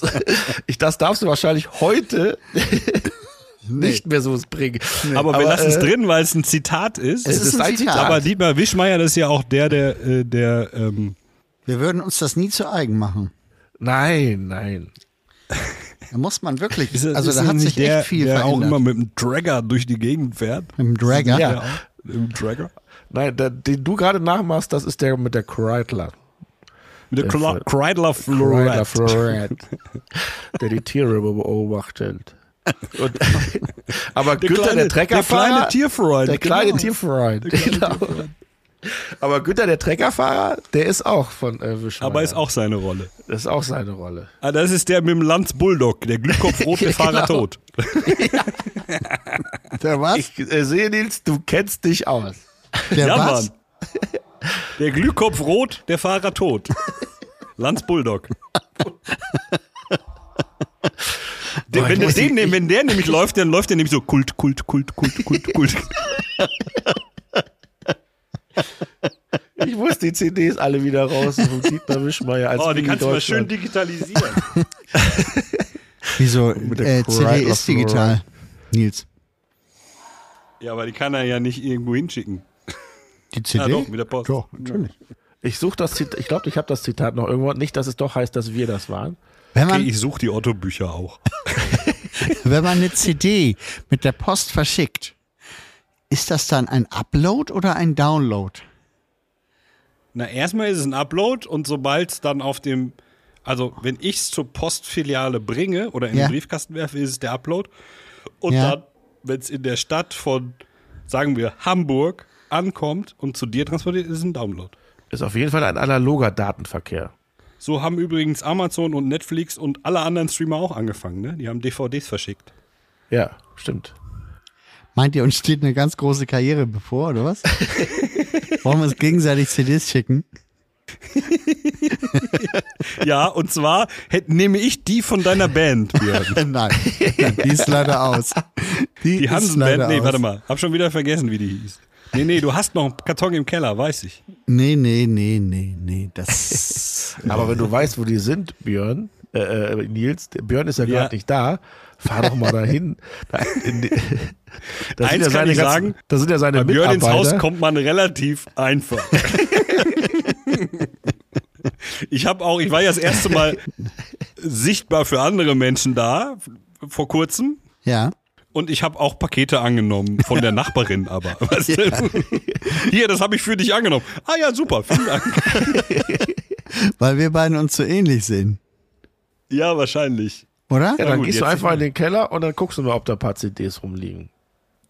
[SPEAKER 3] ich, das darfst du wahrscheinlich heute nicht mehr so bringen.
[SPEAKER 2] Aber, wir lassen es
[SPEAKER 3] äh,
[SPEAKER 2] drin, weil es ein Zitat ist.
[SPEAKER 4] Es ist ein Zitat.
[SPEAKER 2] Aber Dietmar Wischmeier, das ist ja auch der, der, äh, der ähm,
[SPEAKER 4] Wir würden uns das nie zu eigen machen.
[SPEAKER 3] Nein, nein.
[SPEAKER 4] Da muss man wirklich.
[SPEAKER 2] ist,
[SPEAKER 4] also
[SPEAKER 2] ist
[SPEAKER 4] da
[SPEAKER 2] das
[SPEAKER 4] hat
[SPEAKER 2] nicht
[SPEAKER 4] sich
[SPEAKER 2] der,
[SPEAKER 4] echt viel
[SPEAKER 2] der auch immer
[SPEAKER 4] verändert.
[SPEAKER 2] mit dem Dragger durch die Gegend fährt.
[SPEAKER 4] Im
[SPEAKER 3] Ja.
[SPEAKER 4] Dragger.
[SPEAKER 2] Der auch Mit dem Dragger.
[SPEAKER 3] Nein, der, den du gerade nachmachst, das ist der mit der Kreidler.
[SPEAKER 2] Mit der
[SPEAKER 3] Der
[SPEAKER 2] Kla-
[SPEAKER 3] Fl- Kreidler
[SPEAKER 2] Kreidler Florette.
[SPEAKER 3] Florett. *laughs* der die Tiere beobachtet. *laughs* Und, aber
[SPEAKER 2] Der
[SPEAKER 3] Günther,
[SPEAKER 2] kleine-
[SPEAKER 3] der Treckerfahrer.
[SPEAKER 2] Der kleine Tierfreund.
[SPEAKER 3] Der kleine
[SPEAKER 2] genau.
[SPEAKER 3] Tierfreund. Genau. Aber Günther, der Treckerfahrer, der ist auch von äh, Wischmeier.
[SPEAKER 2] Aber ist auch seine Rolle.
[SPEAKER 3] Das ist auch seine Rolle.
[SPEAKER 2] Ah, das ist der mit dem Lanz Bulldog, der Glühkopfrote Fahrer tot.
[SPEAKER 4] Der was?
[SPEAKER 3] Ich äh, sehe, Nils, du kennst dich aus.
[SPEAKER 4] Der
[SPEAKER 2] Ja,
[SPEAKER 4] was?
[SPEAKER 2] Mann. Der Glühkopfrot, der Fahrer tot. Lanz Bulldog. Der, wenn, der den, wenn der nämlich läuft, dann läuft der nämlich so Kult, Kult, Kult, Kult, Kult, Kult. Oh,
[SPEAKER 3] Ich muss die CDs alle wieder raus von Dietmar Wischmeier als
[SPEAKER 2] Oh, die
[SPEAKER 3] Willi
[SPEAKER 2] kannst du mal schön
[SPEAKER 3] Deutschland.
[SPEAKER 2] digitalisieren.
[SPEAKER 4] Wieso?
[SPEAKER 3] der
[SPEAKER 4] Äh, CD
[SPEAKER 3] Pride of
[SPEAKER 4] ist digital. Nils.
[SPEAKER 2] Ja, aber die kann er ja nicht irgendwo hinschicken.
[SPEAKER 4] Die
[SPEAKER 2] Ah,
[SPEAKER 4] CD?
[SPEAKER 2] doch, mit der Post.
[SPEAKER 3] Ich suche das Zitat, ich glaube, ich habe das Zitat noch irgendwo. Nicht, dass es doch heißt, dass wir das waren.
[SPEAKER 4] Wenn
[SPEAKER 2] Okay,
[SPEAKER 4] man,
[SPEAKER 2] ich suche die Otto-Bücher auch.
[SPEAKER 4] wenn man eine CD mit der Post verschickt, ist das dann ein Upload oder ein Download?
[SPEAKER 2] Na, erstmal ist es ein Upload und sobald es dann auf dem, also wenn ich es zur Postfiliale bringe oder in
[SPEAKER 4] Ja.
[SPEAKER 2] den Briefkasten werfe, ist es der Upload. Und
[SPEAKER 4] Ja.
[SPEAKER 2] dann, wenn es in der Stadt von, sagen wir, Hamburg ankommt und zu dir transportiert, ist es ein Download.
[SPEAKER 3] Ist auf jeden Fall ein analoger Datenverkehr.
[SPEAKER 2] So haben übrigens Amazon und Netflix und alle anderen Streamer auch angefangen, ne? Die haben DVDs
[SPEAKER 4] *laughs*
[SPEAKER 2] verschickt.
[SPEAKER 3] Ja, stimmt.
[SPEAKER 4] Meint ihr, uns steht eine ganz große Karriere bevor, oder
[SPEAKER 2] *laughs*
[SPEAKER 4] was? Wollen wir uns gegenseitig CDs schicken?
[SPEAKER 2] Ja, und zwar hätte, nehme ich die von deiner Band. Björn.
[SPEAKER 4] *laughs* Nein, Nein die ist leider aus.
[SPEAKER 2] Die
[SPEAKER 4] *laughs* ist
[SPEAKER 2] Hansen-Band,
[SPEAKER 4] leider
[SPEAKER 2] nee,
[SPEAKER 4] aus.
[SPEAKER 2] warte mal, hab schon wieder vergessen, wie die hieß. Nee, nee, du hast noch einen Karton im Keller, weiß ich.
[SPEAKER 4] Nee, nee, nee, nee, nee,
[SPEAKER 2] *laughs*
[SPEAKER 4] das.
[SPEAKER 3] Aber wenn du weißt, wo die sind, Björn, äh, äh, Nils, der Björn ist ja
[SPEAKER 2] Ja.
[SPEAKER 3] gerade nicht da, fahr doch mal *laughs* dahin. Da, in, die- da
[SPEAKER 2] Eins kann ich sagen,
[SPEAKER 3] da sind ja seine
[SPEAKER 2] Bei Björn ins Haus
[SPEAKER 3] Mitarbeiter.
[SPEAKER 2] kommt man relativ *laughs* einfach. ich habe auch, ich war ja das erste Mal sichtbar für andere Menschen da f- vor kurzem
[SPEAKER 4] Ja.
[SPEAKER 2] und ich habe auch Pakete angenommen von der Nachbarin, *laughs* aber weißt du? hier, das habe ich für dich angenommen. Ah ja, super, vielen Dank.
[SPEAKER 4] Weil wir beiden uns so ähnlich sehen,
[SPEAKER 2] Ja, wahrscheinlich.
[SPEAKER 4] oder?
[SPEAKER 3] Ja, dann
[SPEAKER 2] gut,
[SPEAKER 3] gehst du
[SPEAKER 2] jetzt-
[SPEAKER 3] einfach in den Keller und dann guckst du mal, ob da ein paar CDs rumliegen.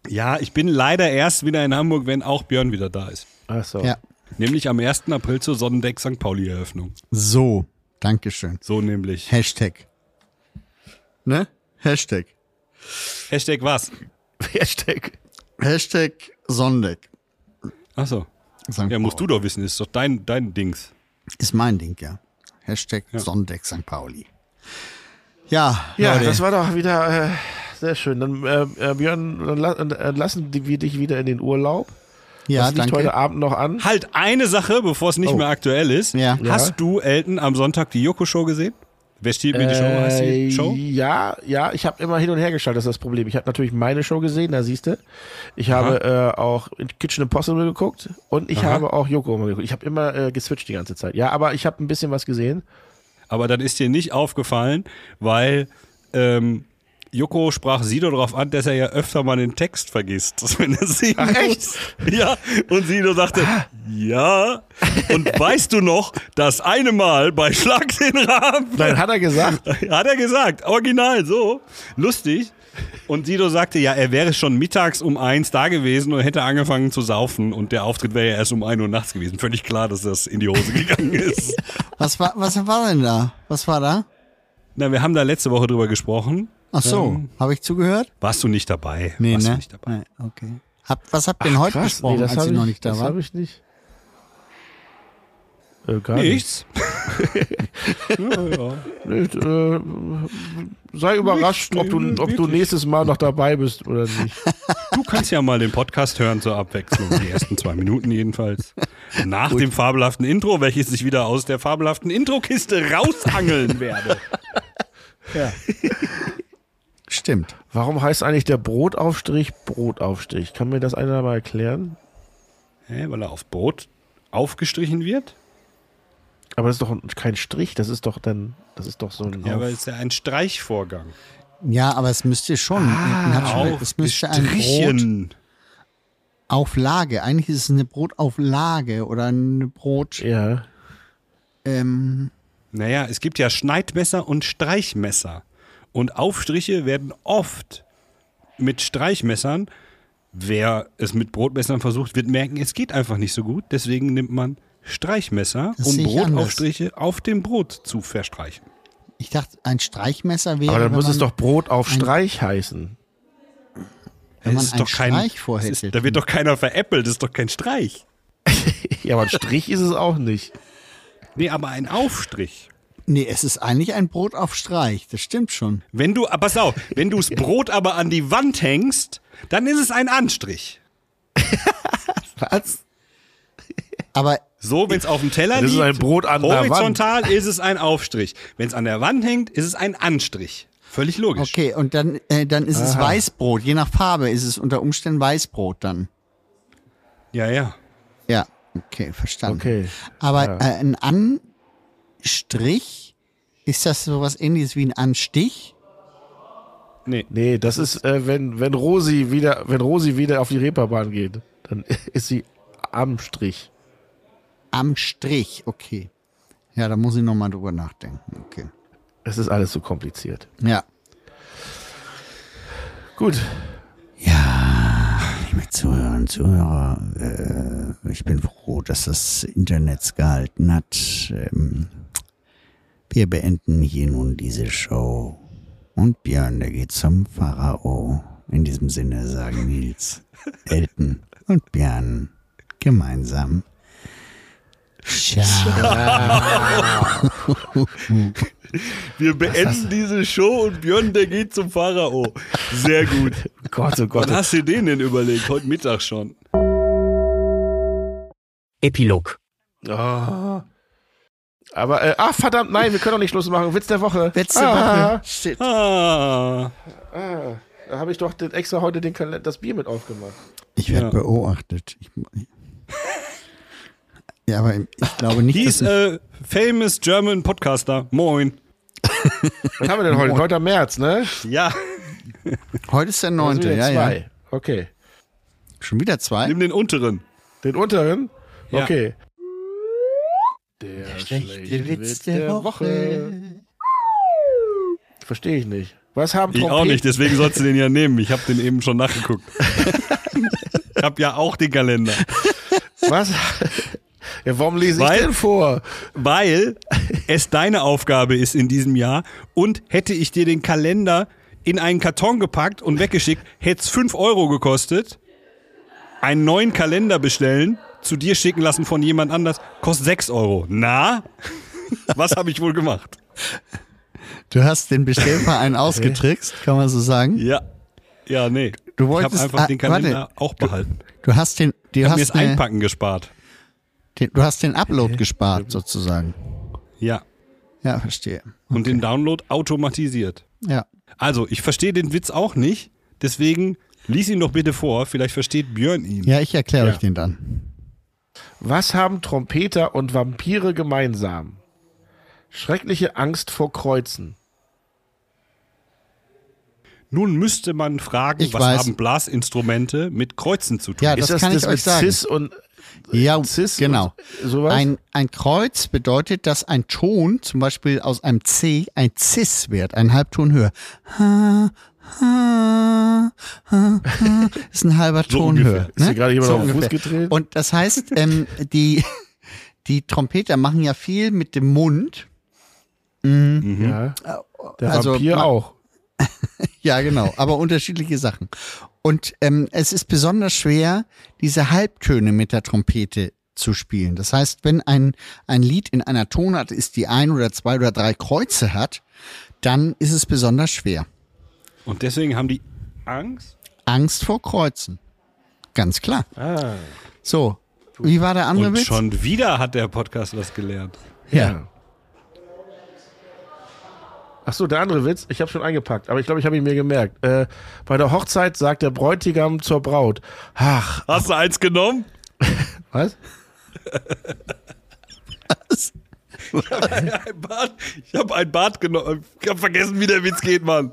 [SPEAKER 2] Ja, ich bin leider erst wieder in Hamburg, wenn auch Björn wieder da ist.
[SPEAKER 3] Ach so. *laughs*
[SPEAKER 4] Ja.
[SPEAKER 2] Nämlich am 1. April zur Sonnendeck St. Pauli-Eröffnung.
[SPEAKER 4] So, Dankeschön.
[SPEAKER 2] So nämlich.
[SPEAKER 4] Hashtag. Ne? Hashtag.
[SPEAKER 2] Hashtag was?
[SPEAKER 3] Hashtag.
[SPEAKER 4] Hashtag Sondeck.
[SPEAKER 2] Achso.
[SPEAKER 4] St.
[SPEAKER 2] Ja, musst du doch wissen, ist doch dein, dein Dings.
[SPEAKER 4] Ist mein Ding, ja. Hashtag Sondeck St. Pauli. Ja,
[SPEAKER 3] Ja,
[SPEAKER 4] Leute.
[SPEAKER 3] das war doch wieder äh, sehr schön. Dann, äh, äh, Björn, dann la äh, lassen die- wir dich wieder in den Urlaub.
[SPEAKER 4] ja,
[SPEAKER 3] Lass dich heute
[SPEAKER 4] danke.
[SPEAKER 3] Abend noch an.
[SPEAKER 2] Halt eine Sache, bevor es nicht mehr aktuell ist.
[SPEAKER 4] Ja.
[SPEAKER 3] Oh. Ja.
[SPEAKER 2] Hast du, Elton, am Sonntag die Joko-Show gesehen? Wer steht mir die Show? Heißt
[SPEAKER 3] Äh,
[SPEAKER 2] die Show?
[SPEAKER 3] Ja, ja, ich habe immer hin und her geschaltet, das ist das Problem. Ich habe natürlich meine Show gesehen, da siehst du. Ich habe äh, auch Kitchen Impossible geguckt und ich habe auch Yoko Ono geguckt. Ich habe immer äh, geswitcht die ganze Zeit. Ja, aber ich habe ein bisschen was gesehen.
[SPEAKER 2] Aber dann ist dir nicht aufgefallen, weil ähm, Joko sprach Sido darauf an, dass er ja öfter mal den Text vergisst. *laughs* dass Wenn er singen Ach,
[SPEAKER 3] echt? Ah.
[SPEAKER 2] Ja, und Sido sagte, ja. Und weißt du noch, das eine Mal bei Schlag den Raben?
[SPEAKER 3] Nein, hat er gesagt.
[SPEAKER 2] *laughs* Hat er gesagt, original, so. Lustig. Und Sido sagte, ja, er wäre schon mittags um eins da gewesen und hätte angefangen zu saufen und der Auftritt wäre ja erst um ein Uhr nachts gewesen. Völlig klar, dass das in die Hose
[SPEAKER 4] *laughs*
[SPEAKER 2] gegangen ist.
[SPEAKER 4] Was war, was war denn da? Was war da?
[SPEAKER 2] Na, wir haben da letzte Woche drüber gesprochen.
[SPEAKER 4] Ach so,
[SPEAKER 3] Ähm,
[SPEAKER 4] habe ich zugehört?
[SPEAKER 2] Warst du nicht dabei?
[SPEAKER 4] Nee,
[SPEAKER 2] Warst
[SPEAKER 4] ne?
[SPEAKER 2] du nicht dabei?
[SPEAKER 4] Nee, okay. Hab, was habt ihr denn heute besprochen,
[SPEAKER 3] das
[SPEAKER 4] als
[SPEAKER 3] habe
[SPEAKER 4] ihr
[SPEAKER 3] ich,
[SPEAKER 4] noch nicht da
[SPEAKER 3] das
[SPEAKER 4] war?
[SPEAKER 3] hab ich nicht. Äh, gar
[SPEAKER 2] Nichts. *laughs*
[SPEAKER 3] nicht. Nicht, äh, sei überrascht, ob du, ob du nächstes Mal noch dabei bist oder nicht.
[SPEAKER 2] Du kannst ja mal den Podcast hören zur Abwechslung. Die ersten zwei Minuten jedenfalls. Nach dem fabelhaften Intro, welches ich wieder aus der fabelhaften Intro-Kiste rausangeln werde.
[SPEAKER 4] Stimmt.
[SPEAKER 3] Warum heißt eigentlich der Brotaufstrich Brotaufstrich? Kann mir das einer mal erklären?
[SPEAKER 2] Hä, weil er auf Brot aufgestrichen wird?
[SPEAKER 3] Aber das ist doch kein Strich, das ist doch dann, das ist doch so ein
[SPEAKER 2] Ja,
[SPEAKER 3] Auf-
[SPEAKER 2] aber es ist ja ein Streichvorgang.
[SPEAKER 4] Ja, aber es müsste schon.
[SPEAKER 3] Ah,
[SPEAKER 4] es müsste ein Brot
[SPEAKER 2] Aufgestrichen.
[SPEAKER 4] auf Lage. Eigentlich ist es eine Brotauflage oder eine Brot.
[SPEAKER 3] Ja.
[SPEAKER 4] Ähm,
[SPEAKER 2] Naja, es gibt ja Schneidmesser und Streichmesser. Und Aufstriche werden oft mit Streichmessern, wer es mit Brotmessern versucht, wird merken, es geht einfach nicht so gut. Deswegen nimmt man Streichmesser,
[SPEAKER 4] Das
[SPEAKER 2] um
[SPEAKER 4] sehe ich anders.
[SPEAKER 2] Brotaufstriche auf dem Brot zu verstreichen.
[SPEAKER 4] ich dachte, ein Streichmesser wäre.
[SPEAKER 3] Aber dann
[SPEAKER 4] wenn
[SPEAKER 3] muss es
[SPEAKER 4] man-
[SPEAKER 3] doch Brot auf Streich heißen.
[SPEAKER 4] Wenn man
[SPEAKER 2] Es ist
[SPEAKER 4] einen
[SPEAKER 2] doch kein-
[SPEAKER 4] Streich
[SPEAKER 2] es ist-
[SPEAKER 4] vorhäckelt.
[SPEAKER 2] Da wird doch keiner veräppelt, das ist doch kein Streich.
[SPEAKER 3] Ja, aber ein Strich ist es auch nicht.
[SPEAKER 2] Nee, aber ein Aufstrich.
[SPEAKER 4] Nee, es ist eigentlich ein Brot auf Streich. Das stimmt schon.
[SPEAKER 2] Wenn du, ah, pass auf, wenn
[SPEAKER 3] *laughs*
[SPEAKER 2] du das Brot aber an die Wand hängst, dann ist es ein Anstrich.
[SPEAKER 3] Was?
[SPEAKER 4] Aber
[SPEAKER 2] So, wenn es auf dem Teller
[SPEAKER 3] Das ist
[SPEAKER 2] liegt,
[SPEAKER 3] ein Brot an der
[SPEAKER 2] horizontal ist es ein Aufstrich. Wenn es an der Wand hängt, ist es ein Anstrich. Völlig logisch.
[SPEAKER 4] okay, und dann, äh, dann ist es Weißbrot. Je nach Farbe ist es unter Umständen Weißbrot dann.
[SPEAKER 2] Ja, ja.
[SPEAKER 4] Ja, okay, verstanden.
[SPEAKER 3] Okay.
[SPEAKER 4] Aber äh, ein Anstrich, ist das sowas ähnliches wie ein Anstich?
[SPEAKER 2] Nee.
[SPEAKER 3] Nee, das ist, äh, wenn, wenn Rosi wieder, wenn Rosi wieder auf die Reeperbahn geht, dann *laughs* ist sie am Strich.
[SPEAKER 4] Am Strich, okay. Ja, da muss ich nochmal drüber nachdenken. Okay.
[SPEAKER 3] Es ist alles so kompliziert.
[SPEAKER 4] Ja.
[SPEAKER 3] Gut.
[SPEAKER 4] Liebe Zuhörer und Zuhörer, äh, ich bin froh, dass das Internet gehalten hat. Ähm, wir beenden hier nun diese Show. Und Björn, der geht zum Pharao. In diesem Sinne sagen Nils, Elton und Björn gemeinsam. Ciao.
[SPEAKER 2] Wir beenden diese Show und Björn, der geht zum Pharao.
[SPEAKER 3] *laughs*
[SPEAKER 2] Sehr gut.
[SPEAKER 3] Gott, oh Gott. *laughs*
[SPEAKER 2] Wann hast du den denn überlegt? Heute Mittag schon.
[SPEAKER 5] Epilog.
[SPEAKER 3] Oh. Aber, äh, ach verdammt, nein, wir können doch nicht Schluss machen. Witz der Woche.
[SPEAKER 4] Letzte
[SPEAKER 3] ah,
[SPEAKER 4] Woche. Shit.
[SPEAKER 2] Ah.
[SPEAKER 3] Ah, da habe ich doch den, extra heute den Kalender, das Bier mit aufgemacht.
[SPEAKER 4] Ich werde
[SPEAKER 2] Ja.
[SPEAKER 4] beobachtet. Ich, ja, aber ich glaube nicht,
[SPEAKER 2] Hieß
[SPEAKER 4] dass ich,
[SPEAKER 2] äh, Famous German Podcaster. Moin.
[SPEAKER 3] Was haben wir denn heute? 9. März, ne?
[SPEAKER 2] Ja.
[SPEAKER 4] heute ist der
[SPEAKER 3] Also
[SPEAKER 4] neunte.
[SPEAKER 3] wieder
[SPEAKER 4] Ja,
[SPEAKER 3] zwei.
[SPEAKER 4] ja.
[SPEAKER 3] Okay.
[SPEAKER 4] Schon wieder zwei?
[SPEAKER 2] Nimm den unteren.
[SPEAKER 3] Den unteren?
[SPEAKER 2] Ja.
[SPEAKER 3] Okay. Der schlechte Verstehe ich nicht. Was haben
[SPEAKER 2] Ich auch
[SPEAKER 3] Trompeten-
[SPEAKER 2] nicht, deswegen sollst du den ja nehmen. Ich habe den eben schon
[SPEAKER 4] *laughs*
[SPEAKER 2] nachgeguckt. ich habe ja auch den Kalender.
[SPEAKER 3] Was? *laughs* Ja, warum lese ich
[SPEAKER 2] Weil-
[SPEAKER 3] den vor?
[SPEAKER 2] Weil es deine Aufgabe ist in diesem Jahr und hätte ich dir den Kalender in einen Karton gepackt und weggeschickt, hätte es 5 Euro gekostet. Einen neuen Kalender bestellen, zu dir schicken lassen von jemand anders, kostet 6 Euro. Na? Was habe ich wohl gemacht?
[SPEAKER 4] Du hast den
[SPEAKER 3] *laughs*
[SPEAKER 4] Bestellverein *laughs* ausgetrickst, kann man so sagen.
[SPEAKER 2] Ja. Ja, nee.
[SPEAKER 4] Du
[SPEAKER 2] ich
[SPEAKER 4] wolltest-
[SPEAKER 2] habe einfach den
[SPEAKER 4] ah, warte.
[SPEAKER 2] Kalender auch behalten.
[SPEAKER 4] Du hast den, du
[SPEAKER 2] Ich habe mir
[SPEAKER 4] hast
[SPEAKER 2] das
[SPEAKER 4] eine,
[SPEAKER 2] Einpacken gespart.
[SPEAKER 4] den, du hast den Upload gespart sozusagen.
[SPEAKER 2] Ja.
[SPEAKER 4] Ja, verstehe.
[SPEAKER 2] Und den Download automatisiert.
[SPEAKER 4] Ja.
[SPEAKER 2] Also, ich verstehe den Witz auch nicht. Deswegen lies ihn doch bitte vor. Vielleicht versteht Björn ihn.
[SPEAKER 4] Ja, ich erkläre
[SPEAKER 3] Ja.
[SPEAKER 4] euch den dann.
[SPEAKER 3] Was haben Trompeter und Vampire gemeinsam? Schreckliche Angst vor Kreuzen.
[SPEAKER 2] Nun müsste man fragen,
[SPEAKER 4] Ich
[SPEAKER 2] was
[SPEAKER 4] weiß.
[SPEAKER 2] haben Blasinstrumente mit Kreuzen zu tun?
[SPEAKER 4] Ja, das, kann ich euch
[SPEAKER 3] mit
[SPEAKER 4] sagen.
[SPEAKER 3] Cis und
[SPEAKER 4] ja,
[SPEAKER 3] Cis
[SPEAKER 4] genau.
[SPEAKER 3] und sowas?
[SPEAKER 4] Ein, ein Kreuz bedeutet, dass ein Ton, zum Beispiel aus einem C, ein Cis wird, ein Halbton höher. Ha, ha, ha, ha,
[SPEAKER 3] *laughs*
[SPEAKER 4] ist ein halber
[SPEAKER 2] So
[SPEAKER 4] Ton
[SPEAKER 2] ungefähr.
[SPEAKER 4] höher. ne?
[SPEAKER 3] Ist hier gerade jemand auf den Fuß
[SPEAKER 4] ungefähr.
[SPEAKER 3] getreten?
[SPEAKER 4] Und das heißt, ähm, die, *laughs* die Trompeter machen ja viel mit dem Mund.
[SPEAKER 3] ja. Der
[SPEAKER 4] Mhm. Also,
[SPEAKER 3] Vampir
[SPEAKER 4] man-
[SPEAKER 3] auch.
[SPEAKER 4] Ja, genau, aber unterschiedliche Sachen. Und ähm, es ist besonders schwer, diese Halbtöne mit der Trompete zu spielen. Das heißt, wenn ein, ein Lied in einer Tonart ist, die ein oder zwei oder drei Kreuze hat, dann ist es besonders schwer.
[SPEAKER 2] Und deswegen haben die Angst.
[SPEAKER 4] Angst vor Kreuzen. Ganz klar. So, wie war der andere
[SPEAKER 2] Ah. Und
[SPEAKER 4] Witz?
[SPEAKER 2] schon wieder hat der Podcast was gelernt.
[SPEAKER 4] Ja.
[SPEAKER 3] Genau. Ach so, der andere Witz, ich habe schon eingepackt, aber ich glaube, ich habe ihn mir gemerkt. Äh, bei der Hochzeit sagt der Bräutigam zur Braut, ach,
[SPEAKER 2] Hast du eins genommen? *laughs*
[SPEAKER 3] was?
[SPEAKER 2] Ein Bad. Ich habe ein Bad genommen. Ich habe vergessen, wie der Witz geht, Mann.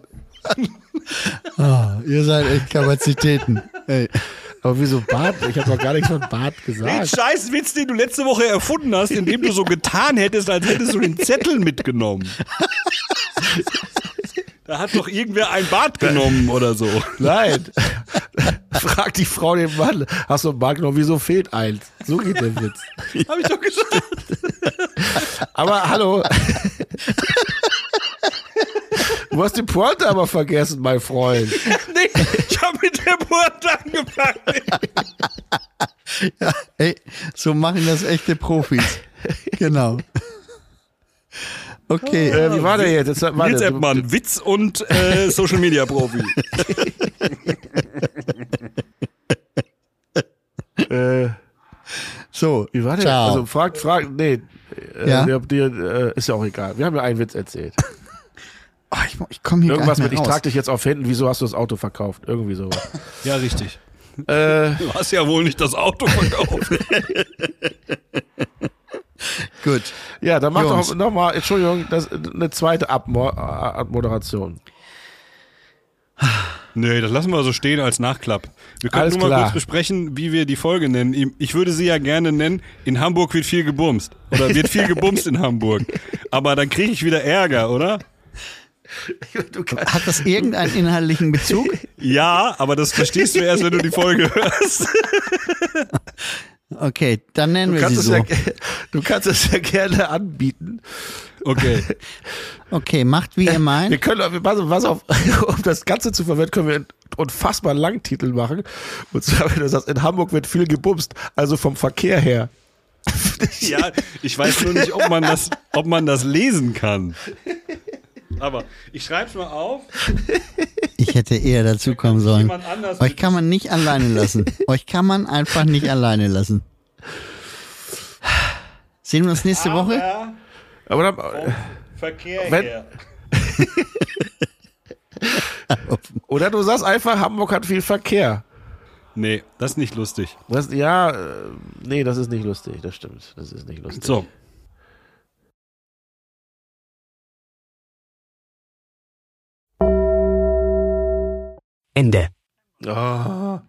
[SPEAKER 4] *laughs* Ihr seid echt Kapazitäten. Ey.
[SPEAKER 3] Aber wieso Bart? Ich habe doch gar nichts von Bart
[SPEAKER 2] Den
[SPEAKER 3] gesagt.
[SPEAKER 2] scheiß Witz, den du letzte Woche erfunden hast, indem du so getan hättest, als hättest du den Zettel mitgenommen. Da hat doch irgendwer ein Bad genommen oder so.
[SPEAKER 3] *laughs* Nein. Fragt die Frau den Mann, hast du einen Bart genommen, wieso fehlt eins? So geht der Witz.
[SPEAKER 2] Hab ich doch gesagt.
[SPEAKER 3] Aber hallo. Du hast die Pointe aber vergessen, mein Freund.
[SPEAKER 2] Nee, ich habe mit der Bord angefangen.
[SPEAKER 4] Ey, so machen das
[SPEAKER 2] *laughs*
[SPEAKER 4] echte Profis. Genau. Okay.
[SPEAKER 2] Ähm,
[SPEAKER 3] Äh, wie war der jetzt? jetzt warte,
[SPEAKER 2] Nils
[SPEAKER 3] du-
[SPEAKER 2] Eppmann, Witz und äh, Social Media Profi.
[SPEAKER 3] Äh,
[SPEAKER 4] So,
[SPEAKER 3] wie war der?
[SPEAKER 4] Ciao.
[SPEAKER 3] Also fragt, fragt, nee. Äh,
[SPEAKER 4] Ja?
[SPEAKER 3] der, der, äh, ist ja auch egal. Wir haben *laughs* ja einen Witz erzählt.
[SPEAKER 4] oh, ich, ich komme hier
[SPEAKER 3] Irgendwas
[SPEAKER 4] Irgendwas gar
[SPEAKER 3] mit, ich
[SPEAKER 4] nicht mehr raus.
[SPEAKER 3] trag dich jetzt auf Händen, wieso hast du das Auto verkauft? Irgendwie sowas. *laughs*
[SPEAKER 2] Ja, richtig.
[SPEAKER 3] äh,
[SPEAKER 2] Du hast ja wohl nicht das Auto verkauft.
[SPEAKER 4] Gut.
[SPEAKER 3] ja, dann mach
[SPEAKER 4] Jungs.
[SPEAKER 3] doch nochmal, Entschuldigung, das, eine zweite Abmo äh, Abmoderation.
[SPEAKER 2] Nee, das lassen wir so stehen als Nachklapp. Wir können
[SPEAKER 3] Alles
[SPEAKER 2] nur mal
[SPEAKER 3] klar.
[SPEAKER 2] kurz besprechen, wie wir die Folge nennen. Ich würde sie ja gerne nennen, in Hamburg wird viel gebumst. Oder wird viel gebumst in Hamburg. Aber dann kriege ich wieder Ärger, oder?
[SPEAKER 3] Du kannst,
[SPEAKER 4] Hat das irgendeinen inhaltlichen
[SPEAKER 3] *laughs*
[SPEAKER 4] Bezug?
[SPEAKER 2] Ja, aber das verstehst du erst, wenn du die Folge hörst.
[SPEAKER 4] Okay, dann nennen
[SPEAKER 3] du,
[SPEAKER 4] wir sie
[SPEAKER 3] kannst es
[SPEAKER 4] so.
[SPEAKER 3] ja, ge- du kannst es ja gerne anbieten.
[SPEAKER 2] Okay.
[SPEAKER 4] Okay, macht
[SPEAKER 3] *laughs*
[SPEAKER 4] wie ihr
[SPEAKER 3] Wir
[SPEAKER 4] meint.
[SPEAKER 3] können, wir- pass, pass auf, *laughs* um das Ganze zu verwenden, können wir einen unfassbar langen Titel machen. Und zwar, *laughs* wenn du sagst, in Hamburg wird viel gebumst, also vom Verkehr her.
[SPEAKER 2] Ja, ich weiß nur nicht, ob man das, ob man das lesen kann. Aber ich schreibe es mal auf.
[SPEAKER 4] Ich hätte eher dazu kommen sollen.
[SPEAKER 2] Jemand anders
[SPEAKER 4] Euch kann man nicht alleine
[SPEAKER 3] *laughs*
[SPEAKER 4] lassen. Euch kann man einfach nicht alleine lassen. Sehen wir uns nächste Woche?
[SPEAKER 2] Aber
[SPEAKER 3] Aber dann,
[SPEAKER 2] Verkehr
[SPEAKER 3] Wenn-
[SPEAKER 2] her.
[SPEAKER 3] oder du sagst einfach, Hamburg hat viel Verkehr.
[SPEAKER 2] Nee, das ist nicht lustig.
[SPEAKER 3] Das, ja, äh, nee, das ist nicht lustig, das stimmt. Das ist nicht lustig.
[SPEAKER 2] So.
[SPEAKER 5] Ende.
[SPEAKER 3] Oh.